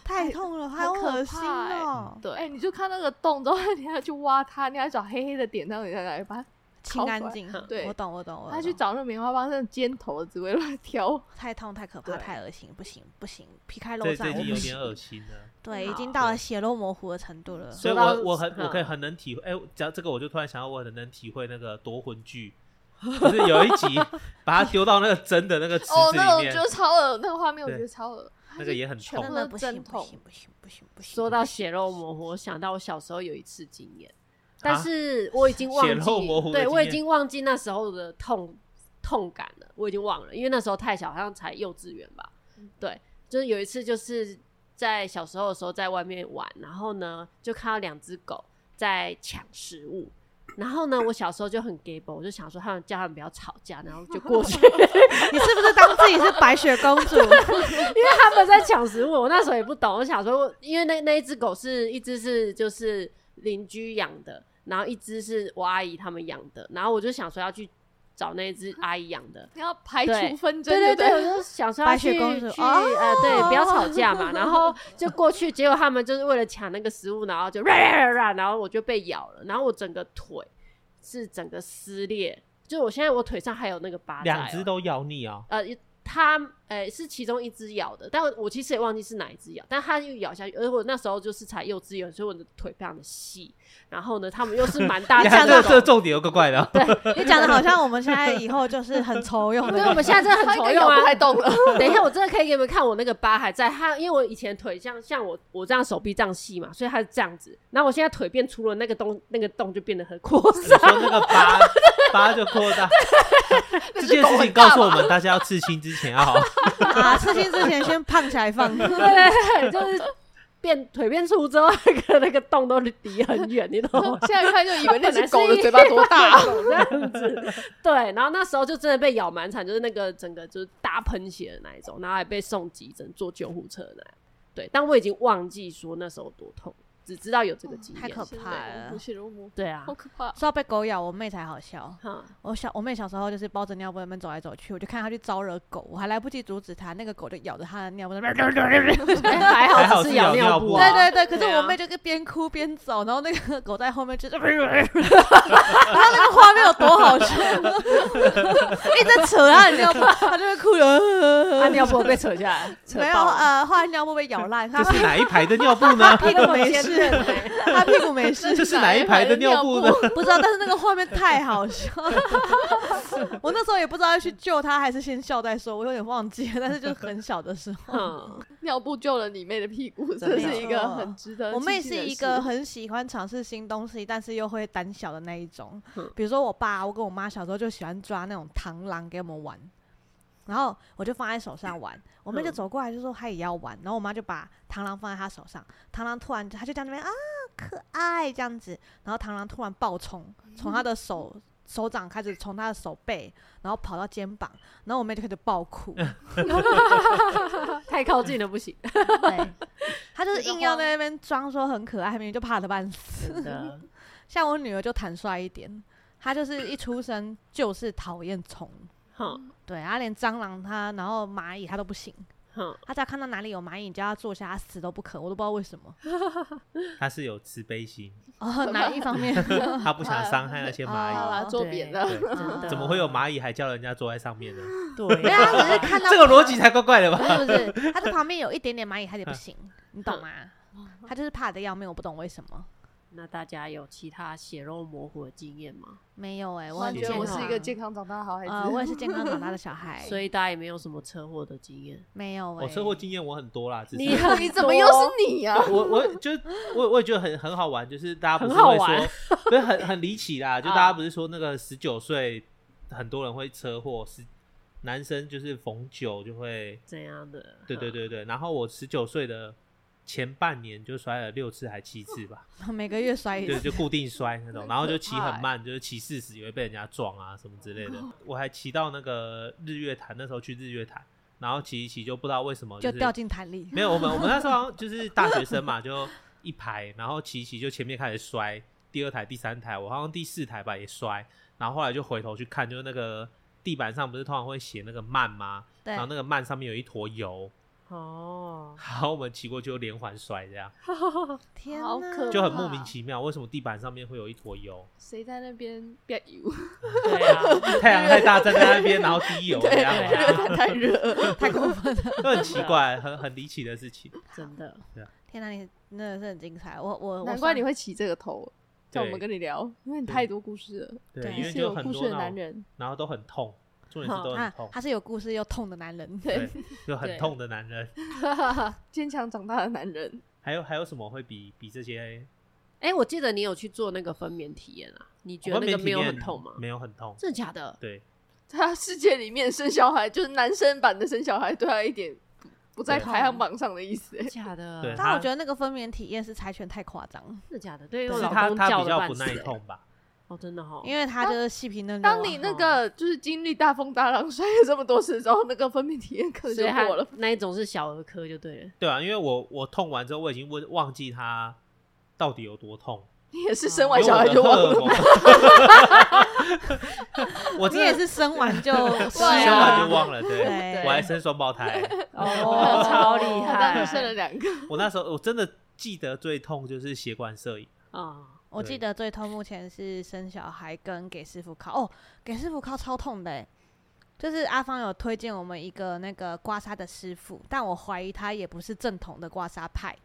Speaker 5: 太痛了，好
Speaker 2: 好可
Speaker 5: 恶心
Speaker 2: 怕欸
Speaker 5: 哦。
Speaker 2: 对，哎、你就看那个洞之后， 你还去挖它，你还找黑黑的点到你在哪里，把它
Speaker 5: 清干净，
Speaker 2: 对
Speaker 5: 我懂我懂我
Speaker 2: 他去
Speaker 5: 懂。
Speaker 2: 找那个棉花棒，那个尖头的只为了挑。
Speaker 5: 太痛太可怕
Speaker 3: 对
Speaker 5: 太恶心，不行不行，皮开肉
Speaker 4: 对，
Speaker 5: 绽，我
Speaker 4: 这已经
Speaker 5: 不
Speaker 4: 有点
Speaker 5: 行。
Speaker 4: 恶心了。
Speaker 5: 对，已经
Speaker 3: 好
Speaker 5: 到了
Speaker 4: 对
Speaker 5: 血肉模糊的程度了。
Speaker 4: 所以
Speaker 3: 说到
Speaker 4: 我我很
Speaker 3: 嗯
Speaker 4: 我可以很能体会，哎、讲这个我就突然想到，我很能体会那个夺魂剧，就是有一集把它丢到那个真的那个池
Speaker 2: 哦，
Speaker 4: 子
Speaker 2: 那
Speaker 4: 里
Speaker 2: 种
Speaker 4: 面，啊
Speaker 2: 就超恶，那个画面我
Speaker 4: 对
Speaker 2: 觉得超恶，
Speaker 4: 那个也很
Speaker 2: 全
Speaker 4: 痛
Speaker 2: 部。
Speaker 5: 真
Speaker 2: 都
Speaker 5: 的
Speaker 2: 是
Speaker 5: 不
Speaker 2: 阵
Speaker 5: 行不
Speaker 2: 痛
Speaker 5: 行不行不行不行。
Speaker 3: 说到血肉模糊，我想到我小时候有一次经验，但是我已经忘
Speaker 4: 血
Speaker 3: 记，
Speaker 4: 肉模糊的
Speaker 3: 对
Speaker 4: 经
Speaker 3: 我已
Speaker 4: 验
Speaker 3: 经忘记那时候的痛痛感了，我已经忘了，因为那时候太小，好像才幼稚园吧。对，就是有一次就是在小时候的时候在外面玩，然后呢就看到两只狗在抢食物，然后呢，我小时候就很 gay 我就想说他们叫他们不要吵架，然后就过去，
Speaker 5: 你是不是当自己是白雪公主？
Speaker 3: 因为他们在抢食物，我那时候也不懂，我想说，因为那那一只狗是一只是就是邻居养的，然后一只是我阿姨他们养的，然后我就想说要去找那一只阿姨养的。
Speaker 2: 你要排
Speaker 3: 对
Speaker 2: 除纷争，
Speaker 3: 对
Speaker 2: 对
Speaker 3: 对，我就想说要
Speaker 5: 白雪
Speaker 3: 去
Speaker 5: 公主
Speaker 3: 去
Speaker 5: 哦
Speaker 3: 呃，对，不要吵架嘛。然后就过去，结果他们就是为了抢那个食物，然后就 然后我就被咬了，然后我整个腿是整个撕裂，就我现在我腿上还有那个疤在哦、
Speaker 4: 两只都咬你哦，
Speaker 3: 呃，它呃是其中一只咬的，但我其实也忘记是哪一只咬，但它又咬下去，而我那时候就是才幼稚园，所以我的腿非常的细。然后呢，他们又是蛮大
Speaker 4: 你
Speaker 3: 只
Speaker 4: 看
Speaker 3: 的
Speaker 4: 这
Speaker 3: 狗
Speaker 4: 这，重点有个怪的哦，
Speaker 5: 你讲的好像我们现在以后就是很愁 用
Speaker 3: 对，
Speaker 5: 的，
Speaker 3: 我们现在真的很
Speaker 2: 应
Speaker 3: 愁
Speaker 2: 该
Speaker 3: 用
Speaker 2: 咬
Speaker 3: 啊
Speaker 2: 不。太动了。
Speaker 3: 等一下，我真的可以给你们看我那个疤还在。它因为我以前腿像像我我这样手臂这样细嘛，所以它是这样子。然后我现在腿变粗了，那个洞那个洞就变得很扩
Speaker 4: 你
Speaker 3: 散
Speaker 4: 说。那个疤疤就扩大， 这件事情告诉我们，大家要刺青之前要好好
Speaker 5: 啊，刺青之前先胖起来 放。
Speaker 3: 对，就是变腿变粗之后，那个那个洞都离很远，你懂吗？
Speaker 2: 现在看就以为那只狗的嘴巴多大、啊，
Speaker 3: 这样子。对，然后那时候就真的被咬蛮惨，就是那个整个就是大喷血的那一种，然后还被送急诊坐救护车的那样。对，但我已经忘记说那时候多痛，只知道有这个经验。
Speaker 5: 太可怕了
Speaker 2: 不血如 母，
Speaker 3: 对啊
Speaker 2: 好，可怕。
Speaker 5: 说到被狗咬，我妹才好笑。
Speaker 3: 哈，
Speaker 5: 我小我妹小时候就是包着尿布在那边走来走去，我就看她去招惹狗，我还来不及阻止她，那个狗就咬着她的尿布在那边
Speaker 3: 哎
Speaker 4: 还
Speaker 3: 还好
Speaker 4: 好是
Speaker 3: 只是
Speaker 4: 咬
Speaker 3: 咬尿
Speaker 4: 尿
Speaker 3: 布
Speaker 4: 布
Speaker 3: 啊，
Speaker 4: 啊
Speaker 5: 对对对，可
Speaker 3: 对
Speaker 5: 是
Speaker 3: 啊
Speaker 5: 我妹就是边哭边走，然后那个狗在后面 就是，然 后那个画面有多好笑， 一直在扯啊她的尿 布，她就会哭
Speaker 3: 啊
Speaker 5: 了。
Speaker 3: 尿布被扯 下来，扯
Speaker 5: 没有
Speaker 3: 爆了，
Speaker 5: 呃，后来尿布被咬烂，她
Speaker 4: 这是哪一排的尿布 呢？
Speaker 5: 屁股没事，她屁股没事，
Speaker 4: 这是哪一排的尿布呢？
Speaker 5: 不知道，但是那个画面太好笑， 我那时候也不知道要去救她还是先笑再说，我有点忘记了，但是就是很小的时候。
Speaker 3: 嗯，
Speaker 2: 尿布救了你妹的屁股，
Speaker 3: 真的
Speaker 2: 这是一个很值得。
Speaker 5: 我妹是一个，很喜欢尝试新东西，但是又会胆小的那一种
Speaker 3: 嗯。
Speaker 5: 比如说我爸，我跟我妈小时候就喜欢抓那种螳螂给我们玩，然后我就放在手上玩，我妹就
Speaker 3: 嗯
Speaker 5: 走过来就说她也要玩，然后我妈就把螳螂放在她手上，螳螂突然她就在那边啊可爱这样子，然后螳螂突然暴冲，从她的手。手掌开始从她的手背，然后跑到肩膀，然后我妹就开始暴哭，
Speaker 3: 太靠近了不行，
Speaker 5: 对，她就是
Speaker 2: 这个
Speaker 5: 硬要
Speaker 2: 画面
Speaker 5: 在那边装说很可爱，明明就怕的半死。
Speaker 3: 真的，
Speaker 5: 像我女儿就坦率一点，她就是一出生就是讨厌虫，
Speaker 3: 哼
Speaker 5: 对，她连蟑螂她，然后蚂蚁她都不行，
Speaker 3: 哼，
Speaker 5: 她只要看到哪里有蚂蚁，你叫她坐下，她死都不肯，我都不知道为什么。
Speaker 4: 他是有慈悲心，
Speaker 5: 哦，哪一方面？
Speaker 4: 他不想伤害那些
Speaker 2: 好
Speaker 4: 蚂
Speaker 2: 啦，
Speaker 5: 哦
Speaker 2: 做扁了。
Speaker 4: 蚁。
Speaker 5: 真的
Speaker 4: 对，怎么会有蚂蚁还叫人家坐在上面 呢？
Speaker 3: 对
Speaker 5: 没有，她只是看到
Speaker 4: 这个逻辑才怪怪的吧？
Speaker 5: 不是不是，她在旁边有一点点蚂蚁，她
Speaker 4: 嗯
Speaker 5: 也不行，你懂吗？她就是怕的要命，我不懂为什么。
Speaker 3: 那大家有其他血肉模糊的经验吗？
Speaker 5: 没有哎、
Speaker 2: 我
Speaker 5: 我很
Speaker 2: 觉得我
Speaker 5: 健
Speaker 2: 是一
Speaker 5: 康
Speaker 2: 个健康长大的好孩子。
Speaker 5: 呃，我也是健康长大的小 孩，
Speaker 3: 所以大家也没有什么车祸的经验。
Speaker 5: 没有哎、
Speaker 4: 哦我车祸经验我很多啦，只是
Speaker 3: 你很
Speaker 2: 你怎么又是你啊呀、
Speaker 4: 我我就我我也觉得很很好玩，就是大家不是
Speaker 3: 很好
Speaker 4: 会
Speaker 3: 玩
Speaker 4: 说， 不是很很离奇啦，就
Speaker 3: 啊
Speaker 4: 大家不是说那个十九岁很多人会车祸，是男生就是逢九就会，
Speaker 3: 怎样的？
Speaker 4: 对对对对，然后我十九岁的前半年就摔了六次还七次吧，
Speaker 5: 每个月摔一
Speaker 4: 对，
Speaker 5: 次，
Speaker 4: 就固定摔那种，然后就骑
Speaker 2: 很可怕
Speaker 4: 很慢，就是骑四十也会被人家撞啊什么之类的。我还骑到那个日月潭，那时候去日月潭，然后骑一骑就不知道为什么
Speaker 5: 就是掉进潭 里。
Speaker 4: 没有，我们我们那时候好像就是大学生嘛，就一排，然后骑一骑就前面开始摔，第二台、第三台，我好像第四台吧也摔，然后后来就回头去看，就是那个地板上不是通常会写那个慢吗？
Speaker 5: 对
Speaker 4: 然后，那个慢上面有一坨油，
Speaker 3: 哦，
Speaker 4: 然后我们骑过去就连环摔，这样
Speaker 5: 天
Speaker 2: 好
Speaker 5: 哪
Speaker 2: 可
Speaker 4: 就很
Speaker 2: 哇
Speaker 4: 莫名其妙，为什么地板上面会有一坨 油？
Speaker 2: 谁在那 边 不要油？
Speaker 3: 对啊，
Speaker 4: 太阳太大，站在那边然后 滴油这样
Speaker 3: 对啊
Speaker 4: 吗，
Speaker 2: 太热，
Speaker 5: 太 过分了！
Speaker 4: 都很奇怪，很很离奇的事情。
Speaker 3: 真的，
Speaker 5: 天哪，你真的是很精彩，我我我
Speaker 2: 难怪
Speaker 5: 上
Speaker 2: 你会起这个头，叫我们
Speaker 4: 对
Speaker 2: 跟你聊，因为你太多故事了，
Speaker 4: 对，
Speaker 5: 对
Speaker 4: 因为
Speaker 2: 是
Speaker 4: 就
Speaker 2: 有
Speaker 4: 很
Speaker 2: 故
Speaker 4: 多
Speaker 2: 事的
Speaker 4: 那
Speaker 2: 男
Speaker 4: 种，
Speaker 2: 人。
Speaker 4: 然后都很痛，重点是都很
Speaker 5: 啊
Speaker 4: 痛，，
Speaker 5: 他是有故事又痛的男人。
Speaker 2: 对
Speaker 4: 对，就很
Speaker 3: 对
Speaker 4: 痛的男人。
Speaker 2: 坚强长大的男人，
Speaker 4: 还有还有什么会比比这些？
Speaker 3: 哎、我记得你有去做那个分娩体验啊？你觉
Speaker 4: 我
Speaker 3: 得
Speaker 4: 们
Speaker 3: 那个
Speaker 4: 哦体
Speaker 3: 没有
Speaker 4: 验
Speaker 3: 很痛吗？
Speaker 4: 没有很痛，
Speaker 3: 真的假的？
Speaker 4: 对，
Speaker 2: 他世界里面生小孩就是男生版的生小孩，对他一点不不在
Speaker 4: 对啊
Speaker 2: 排行榜上的意思。欸
Speaker 3: 假的？
Speaker 4: 对
Speaker 3: 真
Speaker 5: 但我
Speaker 4: 他
Speaker 5: 觉得那个分娩体验是柴犬太夸张，
Speaker 3: 的假的？对，
Speaker 4: 就
Speaker 3: 我
Speaker 4: 是
Speaker 3: 老
Speaker 4: 他
Speaker 3: 公
Speaker 4: 他
Speaker 3: 叫
Speaker 4: 比
Speaker 3: 的
Speaker 4: 较
Speaker 3: 半
Speaker 4: 不
Speaker 3: 死、
Speaker 4: 耐
Speaker 3: 欸。
Speaker 4: 痛吧？
Speaker 3: 哦，真的哈，
Speaker 5: 因为它就是细皮嫩肉啊。
Speaker 2: 当你那个就是经历大风大浪、摔了这么多次之后，那个分泌体验可能
Speaker 3: 所
Speaker 2: 就
Speaker 3: 以它
Speaker 2: 过了。
Speaker 3: 那一种是小儿科就对了。
Speaker 4: 对啊，因为我我痛完之后，我已经忘忘记它到底有多痛，
Speaker 2: 你也是生
Speaker 4: 因
Speaker 2: 完
Speaker 4: 为
Speaker 2: 小
Speaker 4: 我
Speaker 2: 孩
Speaker 4: 的
Speaker 2: 就忘了
Speaker 4: 荷尔
Speaker 2: 吗，
Speaker 4: 蒙，我
Speaker 5: 你
Speaker 4: 真
Speaker 5: 也
Speaker 4: 的
Speaker 5: 是生完就 啊
Speaker 4: 生完就忘了，
Speaker 5: 对
Speaker 4: 对我还生双胞胎，
Speaker 3: 哦 超厉
Speaker 2: 我
Speaker 3: 害
Speaker 2: 当时生了两个，
Speaker 4: 我那时候我真的记得最痛就是血管摄影，
Speaker 3: 啊，
Speaker 5: 我记
Speaker 4: 对
Speaker 5: 得最痛目前是生小孩跟给师傅靠哦，给师傅靠超痛的欸，就是阿芳有推荐我们一个那个刮痧的师傅，但我怀疑他也不是正统的刮痧派，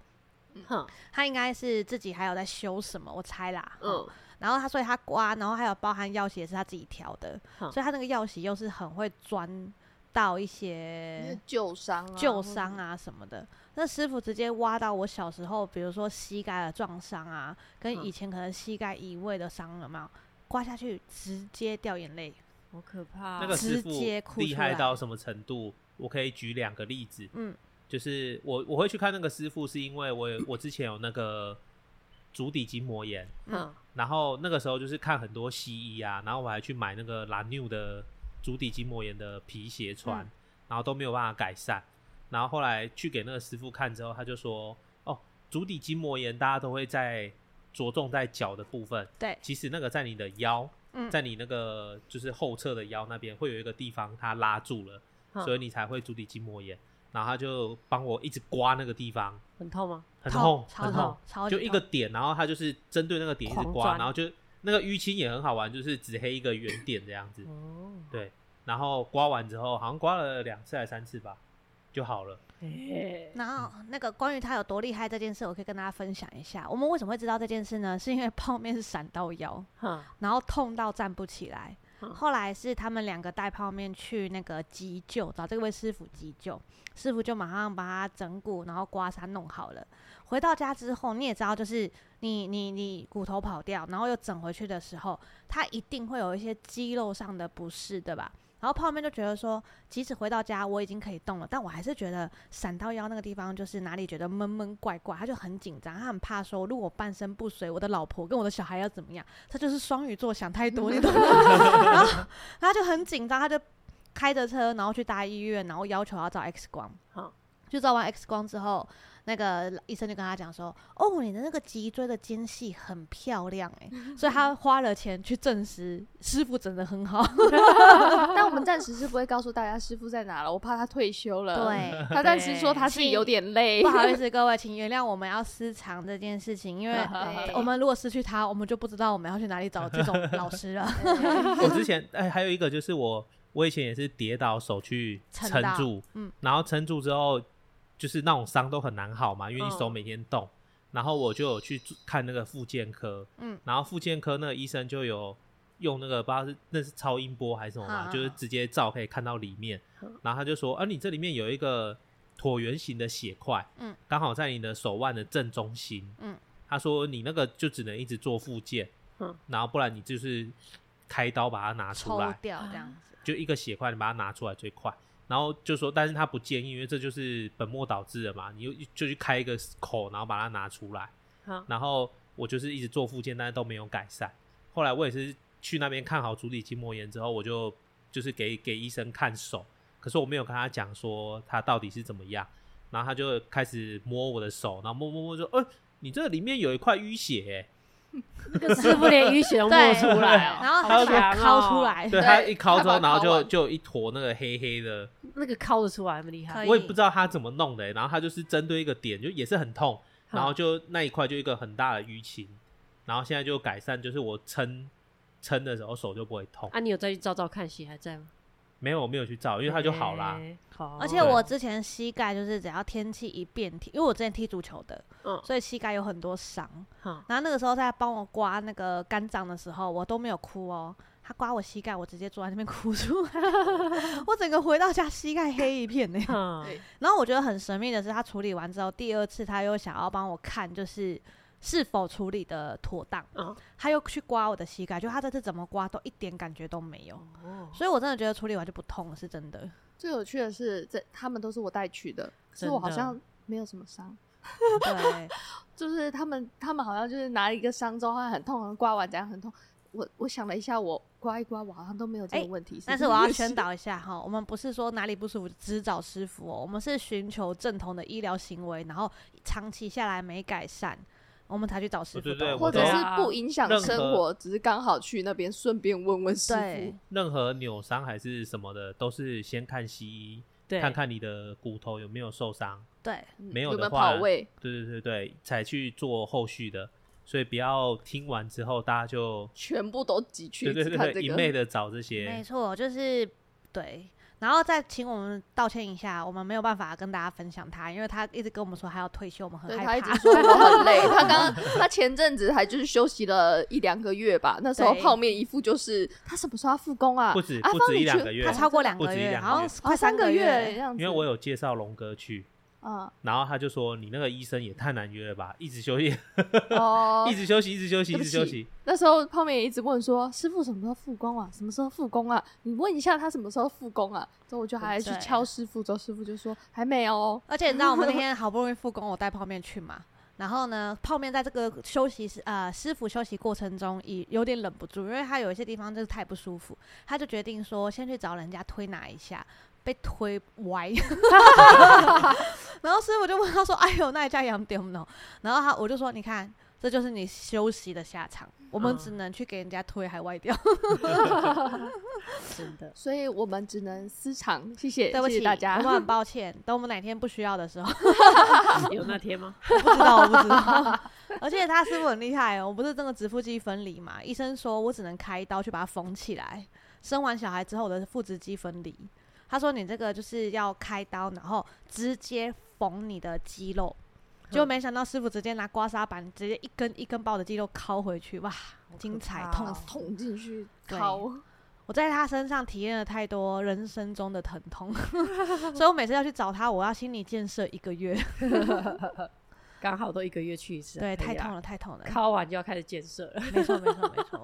Speaker 3: 哼，
Speaker 5: 他应该是自己还有在修什么，我猜啦。嗯，
Speaker 3: 嗯，
Speaker 5: 然后他所以他刮，然后还有包含药洗也是他自己调的，
Speaker 3: 哼
Speaker 5: 所以他那个药洗又是很会钻到一些
Speaker 2: 是哎旧伤啊，
Speaker 5: 旧伤啊什么的。那师傅直接挖到我小时候，比如说膝盖的撞伤啊，跟
Speaker 3: 嗯
Speaker 5: 以前可能膝盖移位的伤了嘛，刮下去直接掉眼泪。
Speaker 3: 好可怕哦。
Speaker 4: 那个师傅
Speaker 5: 直接哭出来
Speaker 4: 厉害到什么程度？我可以举两个例子，
Speaker 5: 嗯，
Speaker 4: 就是我我会去看那个师傅，是因为我有我之前有那个足底筋膜炎，
Speaker 3: 嗯，
Speaker 4: 然后那个时候就是看很多西医啊，然后我还去买那个蓝纽的足底筋膜炎的皮
Speaker 5: 嗯
Speaker 4: 鞋穿，然后都没有办法改善。然后后来去给那个师傅看之后，他就说：“哦，足底筋膜炎大家都会在着重在脚的部分，
Speaker 5: 对，
Speaker 4: 其实那个在你的腰，
Speaker 5: 嗯
Speaker 4: 在你那个就是后侧的腰那边会有一个地方它拉住了，
Speaker 5: 嗯
Speaker 3: 哼
Speaker 4: 所以你才会足底筋膜炎。”然后他就帮我一直刮那个地方，
Speaker 3: 很痛吗？
Speaker 4: 很
Speaker 5: 痛
Speaker 4: 痛，，
Speaker 5: 超
Speaker 4: 很
Speaker 5: 痛，超级
Speaker 4: 就一个
Speaker 5: 痛
Speaker 4: 点，然后他就是针对那个点一直
Speaker 3: 狂
Speaker 4: 刮，
Speaker 3: 钻
Speaker 4: 然后就那个淤青也很好玩，就是只黑一个圆点这样
Speaker 5: 嗯
Speaker 4: 子，
Speaker 3: 哦，
Speaker 4: 对。然后刮完之后，好像刮了两次还三次吧，就好 了。
Speaker 3: 哎，
Speaker 5: 然后那个关于他有多厉害这件事，我可以跟大家分享一下。我们为什么会知道这件事呢？是因为泡面是闪到腰，
Speaker 3: 哼，
Speaker 5: 然后痛到站不起来。
Speaker 3: 嗯
Speaker 5: 后来是他们两个带泡面去那个急救，找这位师傅急救，师傅就马上把他整骨，然后刮痧弄好了。回到家之后，你也知道，就是你你你骨头跑掉，然后又整回去的时候，他一定会有一些肌肉上的不适，对吧？然后泡面就觉得说，即使回到家我已经可以动了，但我还是觉得闪到腰那个地方就是哪里觉得闷闷怪怪，他就很紧张，他很怕说，如果我半身不遂，我的老婆跟我的小孩要怎么样？他就是双鱼座，想太多，你懂吗？ 然后他就很紧张，他就开着车，然后去大医院，然后要求要照 X 光。
Speaker 3: 好，
Speaker 5: 就照完 X 光之后，那个医生就跟他讲说：“哦，你的那个脊椎的间隙很漂亮、欸， 所以他花了钱去证实师傅整的 很好。
Speaker 2: 但我们暂时是不会告诉大家师傅在哪了，我怕他退休 了。，
Speaker 5: 对，
Speaker 2: 他暂时说他自己有点累
Speaker 5: 不，好意思各位，请原谅我们要私藏这件事情，因 为我们如果失去他，我们就不知道我们要去哪里找这种老师 了。
Speaker 4: 我之前哎，还有一个就是我，我以前也是跌倒手去
Speaker 5: 撑
Speaker 4: 撑
Speaker 5: 到
Speaker 4: 住，
Speaker 5: 嗯，
Speaker 4: 然后撑住之后，就是那种伤都很难好嘛，因为你手
Speaker 3: 嗯
Speaker 4: 每天动。然后我就有去住看那个复健科，
Speaker 5: 嗯，
Speaker 4: 然后复健科那个医生就有用那个不知道是那是超音波还是什么嘛，
Speaker 5: 嗯嗯
Speaker 4: 就是
Speaker 5: 嗯
Speaker 4: 直接照可以看到里面。然后他就说，啊，你这里面有一个椭圆形的血块，
Speaker 5: 嗯，
Speaker 4: 刚好在你的手腕的正中心，
Speaker 5: 嗯，
Speaker 4: 他说你那个就只能一直做复健，
Speaker 3: 嗯，
Speaker 4: 然后不然你就是开刀把它拿出
Speaker 5: 抽
Speaker 4: 来，
Speaker 5: 掉这样子。
Speaker 4: 就一个血块，你把它拿出来最快。然后就说，但是他不建议，因为这就是本末倒置了嘛。你就就去开一个口，然后把它拿出来。
Speaker 3: 好，
Speaker 4: 然后我就是一直做复健，但是都没有改善。后来我也是去那边看好足底筋膜炎之后，我就就是给给医生看手，可是我没有跟他讲说他到底是怎么样，然后他就开始摸我的手，然后摸摸摸说，呃、你这里面有一块淤血、欸。
Speaker 3: 那个师傅连淤血都摸
Speaker 5: 对
Speaker 3: 不出来 哦，
Speaker 5: 然后
Speaker 3: 好
Speaker 5: 他就把它
Speaker 3: 强哦
Speaker 5: 掏出，来，
Speaker 4: 对
Speaker 2: 对
Speaker 4: 他一敲之后，
Speaker 2: 他把它
Speaker 4: 然后
Speaker 2: 敲
Speaker 4: 就
Speaker 2: 完
Speaker 4: 就有一坨那个黑黑的，
Speaker 3: 那个靠得出来，那么厉害
Speaker 5: 可以，
Speaker 4: 我也不知道他怎么弄的欸、然后他就是针对一个点，就也是很痛，
Speaker 3: 好
Speaker 4: 然后就那一块就一个很大的淤青，然后现在就改善，就是我撑撑的时候手就不会痛。
Speaker 3: 啊，你有再去照照看血还在吗？
Speaker 4: 没有，我没有去照，因为它就好啦。
Speaker 3: 哎好，
Speaker 5: 而且我之前膝盖就是只要天气一变天，因为我之前踢足球的，
Speaker 3: 嗯
Speaker 5: 所以膝盖有很多伤。
Speaker 3: 好，
Speaker 5: 然后那个时候在帮我刮那个肝脏的时候，我都没有哭哦。他刮我膝盖，我直接坐在那边 哭出来，我整个回到家膝盖黑一片呢、
Speaker 3: 嗯
Speaker 2: 对
Speaker 5: 然后我觉得很神秘的是，他处理完之后，第二次他又想要帮我看，就是是否处理的妥当，
Speaker 3: 嗯
Speaker 5: 他又去刮我的膝盖，就他这次怎么刮都一点感觉都没有。
Speaker 3: 哦，
Speaker 5: 所以我真的觉得处理完就不痛了，是真的。
Speaker 2: 最有趣的是，这他们都是我带去的，可是
Speaker 3: 真
Speaker 2: 我好
Speaker 3: 的
Speaker 2: 像没有什么伤。
Speaker 5: 对，
Speaker 2: 就是他们，他们好像就是拿一个伤之后，他很痛，好像刮完怎样很痛。我我想了一下，我刮一刮，我好像都没有这个
Speaker 5: 哎
Speaker 2: 问题。
Speaker 5: 但 是
Speaker 2: 不
Speaker 5: 我要
Speaker 2: 是
Speaker 5: 宣导一下哈，我们不是说哪里不舒服只找师傅哦，我们是寻求正统的医疗行为，然后长期下来没改善，我们才去找师傅
Speaker 4: 哦对
Speaker 5: 的。
Speaker 4: 对我
Speaker 2: 或
Speaker 4: 都
Speaker 2: 者
Speaker 4: 要
Speaker 2: 是不影响
Speaker 4: 任
Speaker 2: 生
Speaker 4: 何
Speaker 2: 活，只是刚好去那边顺便问问师
Speaker 5: 对嗯
Speaker 2: 傅。
Speaker 4: 任何扭伤还是什么的，都是先看西医，
Speaker 3: 对，
Speaker 4: 看看你的骨头有没有受伤，
Speaker 5: 对，
Speaker 2: 嗯
Speaker 4: 没有
Speaker 2: 有
Speaker 4: 的
Speaker 2: 没有
Speaker 4: 话
Speaker 2: 跑位？
Speaker 4: 对对对对，才去做后续的。所以不要听完之后大家就
Speaker 2: 全部都挤去
Speaker 4: 对对
Speaker 2: 只看
Speaker 4: 对
Speaker 2: 这
Speaker 4: 对，一昧
Speaker 2: 个。
Speaker 4: 的找这
Speaker 5: 没
Speaker 4: 些，
Speaker 5: 错，就是对。然后再请我们道歉一下，我们没有办法跟大家分享他，因为他一直跟我们说他要退休，我们很
Speaker 2: 对
Speaker 5: 害
Speaker 2: 他一直
Speaker 5: 怕。
Speaker 2: 说 我很累，他刚他前阵子还就是休息了一两个月吧，那时候
Speaker 5: 对
Speaker 2: 泡面一副就是他什么时候要复工啊？
Speaker 4: 不止
Speaker 2: 啊
Speaker 4: 不
Speaker 2: 放
Speaker 4: 止
Speaker 2: 你
Speaker 4: 一两
Speaker 2: 去
Speaker 4: 个月
Speaker 5: 他，超过两
Speaker 4: 不
Speaker 5: 个
Speaker 4: 止一
Speaker 5: 月，
Speaker 4: 两个
Speaker 5: 好
Speaker 4: 月
Speaker 5: 像快
Speaker 2: 哦三
Speaker 5: 个
Speaker 2: 月这。样
Speaker 4: 因
Speaker 2: 子。
Speaker 4: 为我有介绍龙哥去，
Speaker 2: 啊
Speaker 4: 然后他就说你那个医生也太难约了吧，一直休息，，
Speaker 2: 哦
Speaker 4: 一直休息，一直休息，一
Speaker 2: 对不
Speaker 4: 直
Speaker 2: 起
Speaker 4: 休息。
Speaker 2: 那时候泡面也一直问说：“师傅什么时候复工啊？什么时候复工啊？你问一下他什么时候复工啊？”之后我就还去
Speaker 5: 对
Speaker 2: 敲师傅，之后师傅就说：“还没有哦。
Speaker 5: 而且你知道我们那天好不容易复工，我带泡面去嘛。然后呢，泡面在这个休息时呃师傅休息过程中，也有点忍不住，因为他有一些地方就是太不舒服，他就决定说先去找人家推拿一下，被推 歪。然后师傅就问他说：“哎呦，那一家羊点呢？”然后他我就说：“你看，这就是你休息的下场，我
Speaker 2: 嗯
Speaker 5: 们只能去给人家推，还歪 掉。
Speaker 3: 真的”
Speaker 2: 所以我们只能私藏，谢谢，
Speaker 5: 对不
Speaker 2: 谢
Speaker 5: 起
Speaker 2: 谢大家
Speaker 5: 我。们很抱歉。等我们哪天不需要的时候，
Speaker 3: 有那天吗？
Speaker 5: 我不知道，我不知 道。而且他师傅很厉害哦，我不是真的直腹肌分离嘛？医生说我只能开一刀去把它缝起来。生完小孩之后，我的腹直肌分离。他说你这个就是要开刀，然后直接缝你的肌肉。就没想到师傅直接拿刮痧板，直接一根一根把我的肌肉敲回去，哇，精彩
Speaker 3: 怕
Speaker 5: 痛
Speaker 3: 哦
Speaker 5: 死！
Speaker 2: 捅进去
Speaker 5: 对
Speaker 2: 敲，
Speaker 5: 我在他身上体验了太多人生中的疼 痛，所以我每次要去找他，我要心理建设一个月。
Speaker 3: 刚好都一个月去一次啊，
Speaker 5: 对，
Speaker 3: 可
Speaker 5: 太
Speaker 3: 以啊
Speaker 5: 痛了，太痛了。
Speaker 3: 敲完就要开始建设了。
Speaker 5: 没错，没错，没错。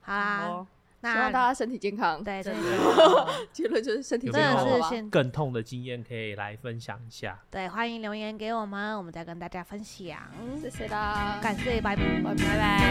Speaker 5: 好
Speaker 3: 好
Speaker 5: 啦
Speaker 3: 哦，
Speaker 5: 那
Speaker 2: 希望大家身体健康。
Speaker 5: 对，真
Speaker 3: 真
Speaker 5: 的
Speaker 2: 结论就是身体
Speaker 4: 有哦
Speaker 5: 真
Speaker 4: 没
Speaker 2: 健
Speaker 4: 有
Speaker 2: 康，
Speaker 5: 的
Speaker 2: 好
Speaker 5: 是
Speaker 2: 吧
Speaker 5: 现
Speaker 4: 更痛的经验可以来分享一下。
Speaker 5: 对，欢迎留言给我们，我们再跟大家分享。
Speaker 2: 谢谢啦，
Speaker 5: 感谢，拜拜，
Speaker 2: 嗯拜拜。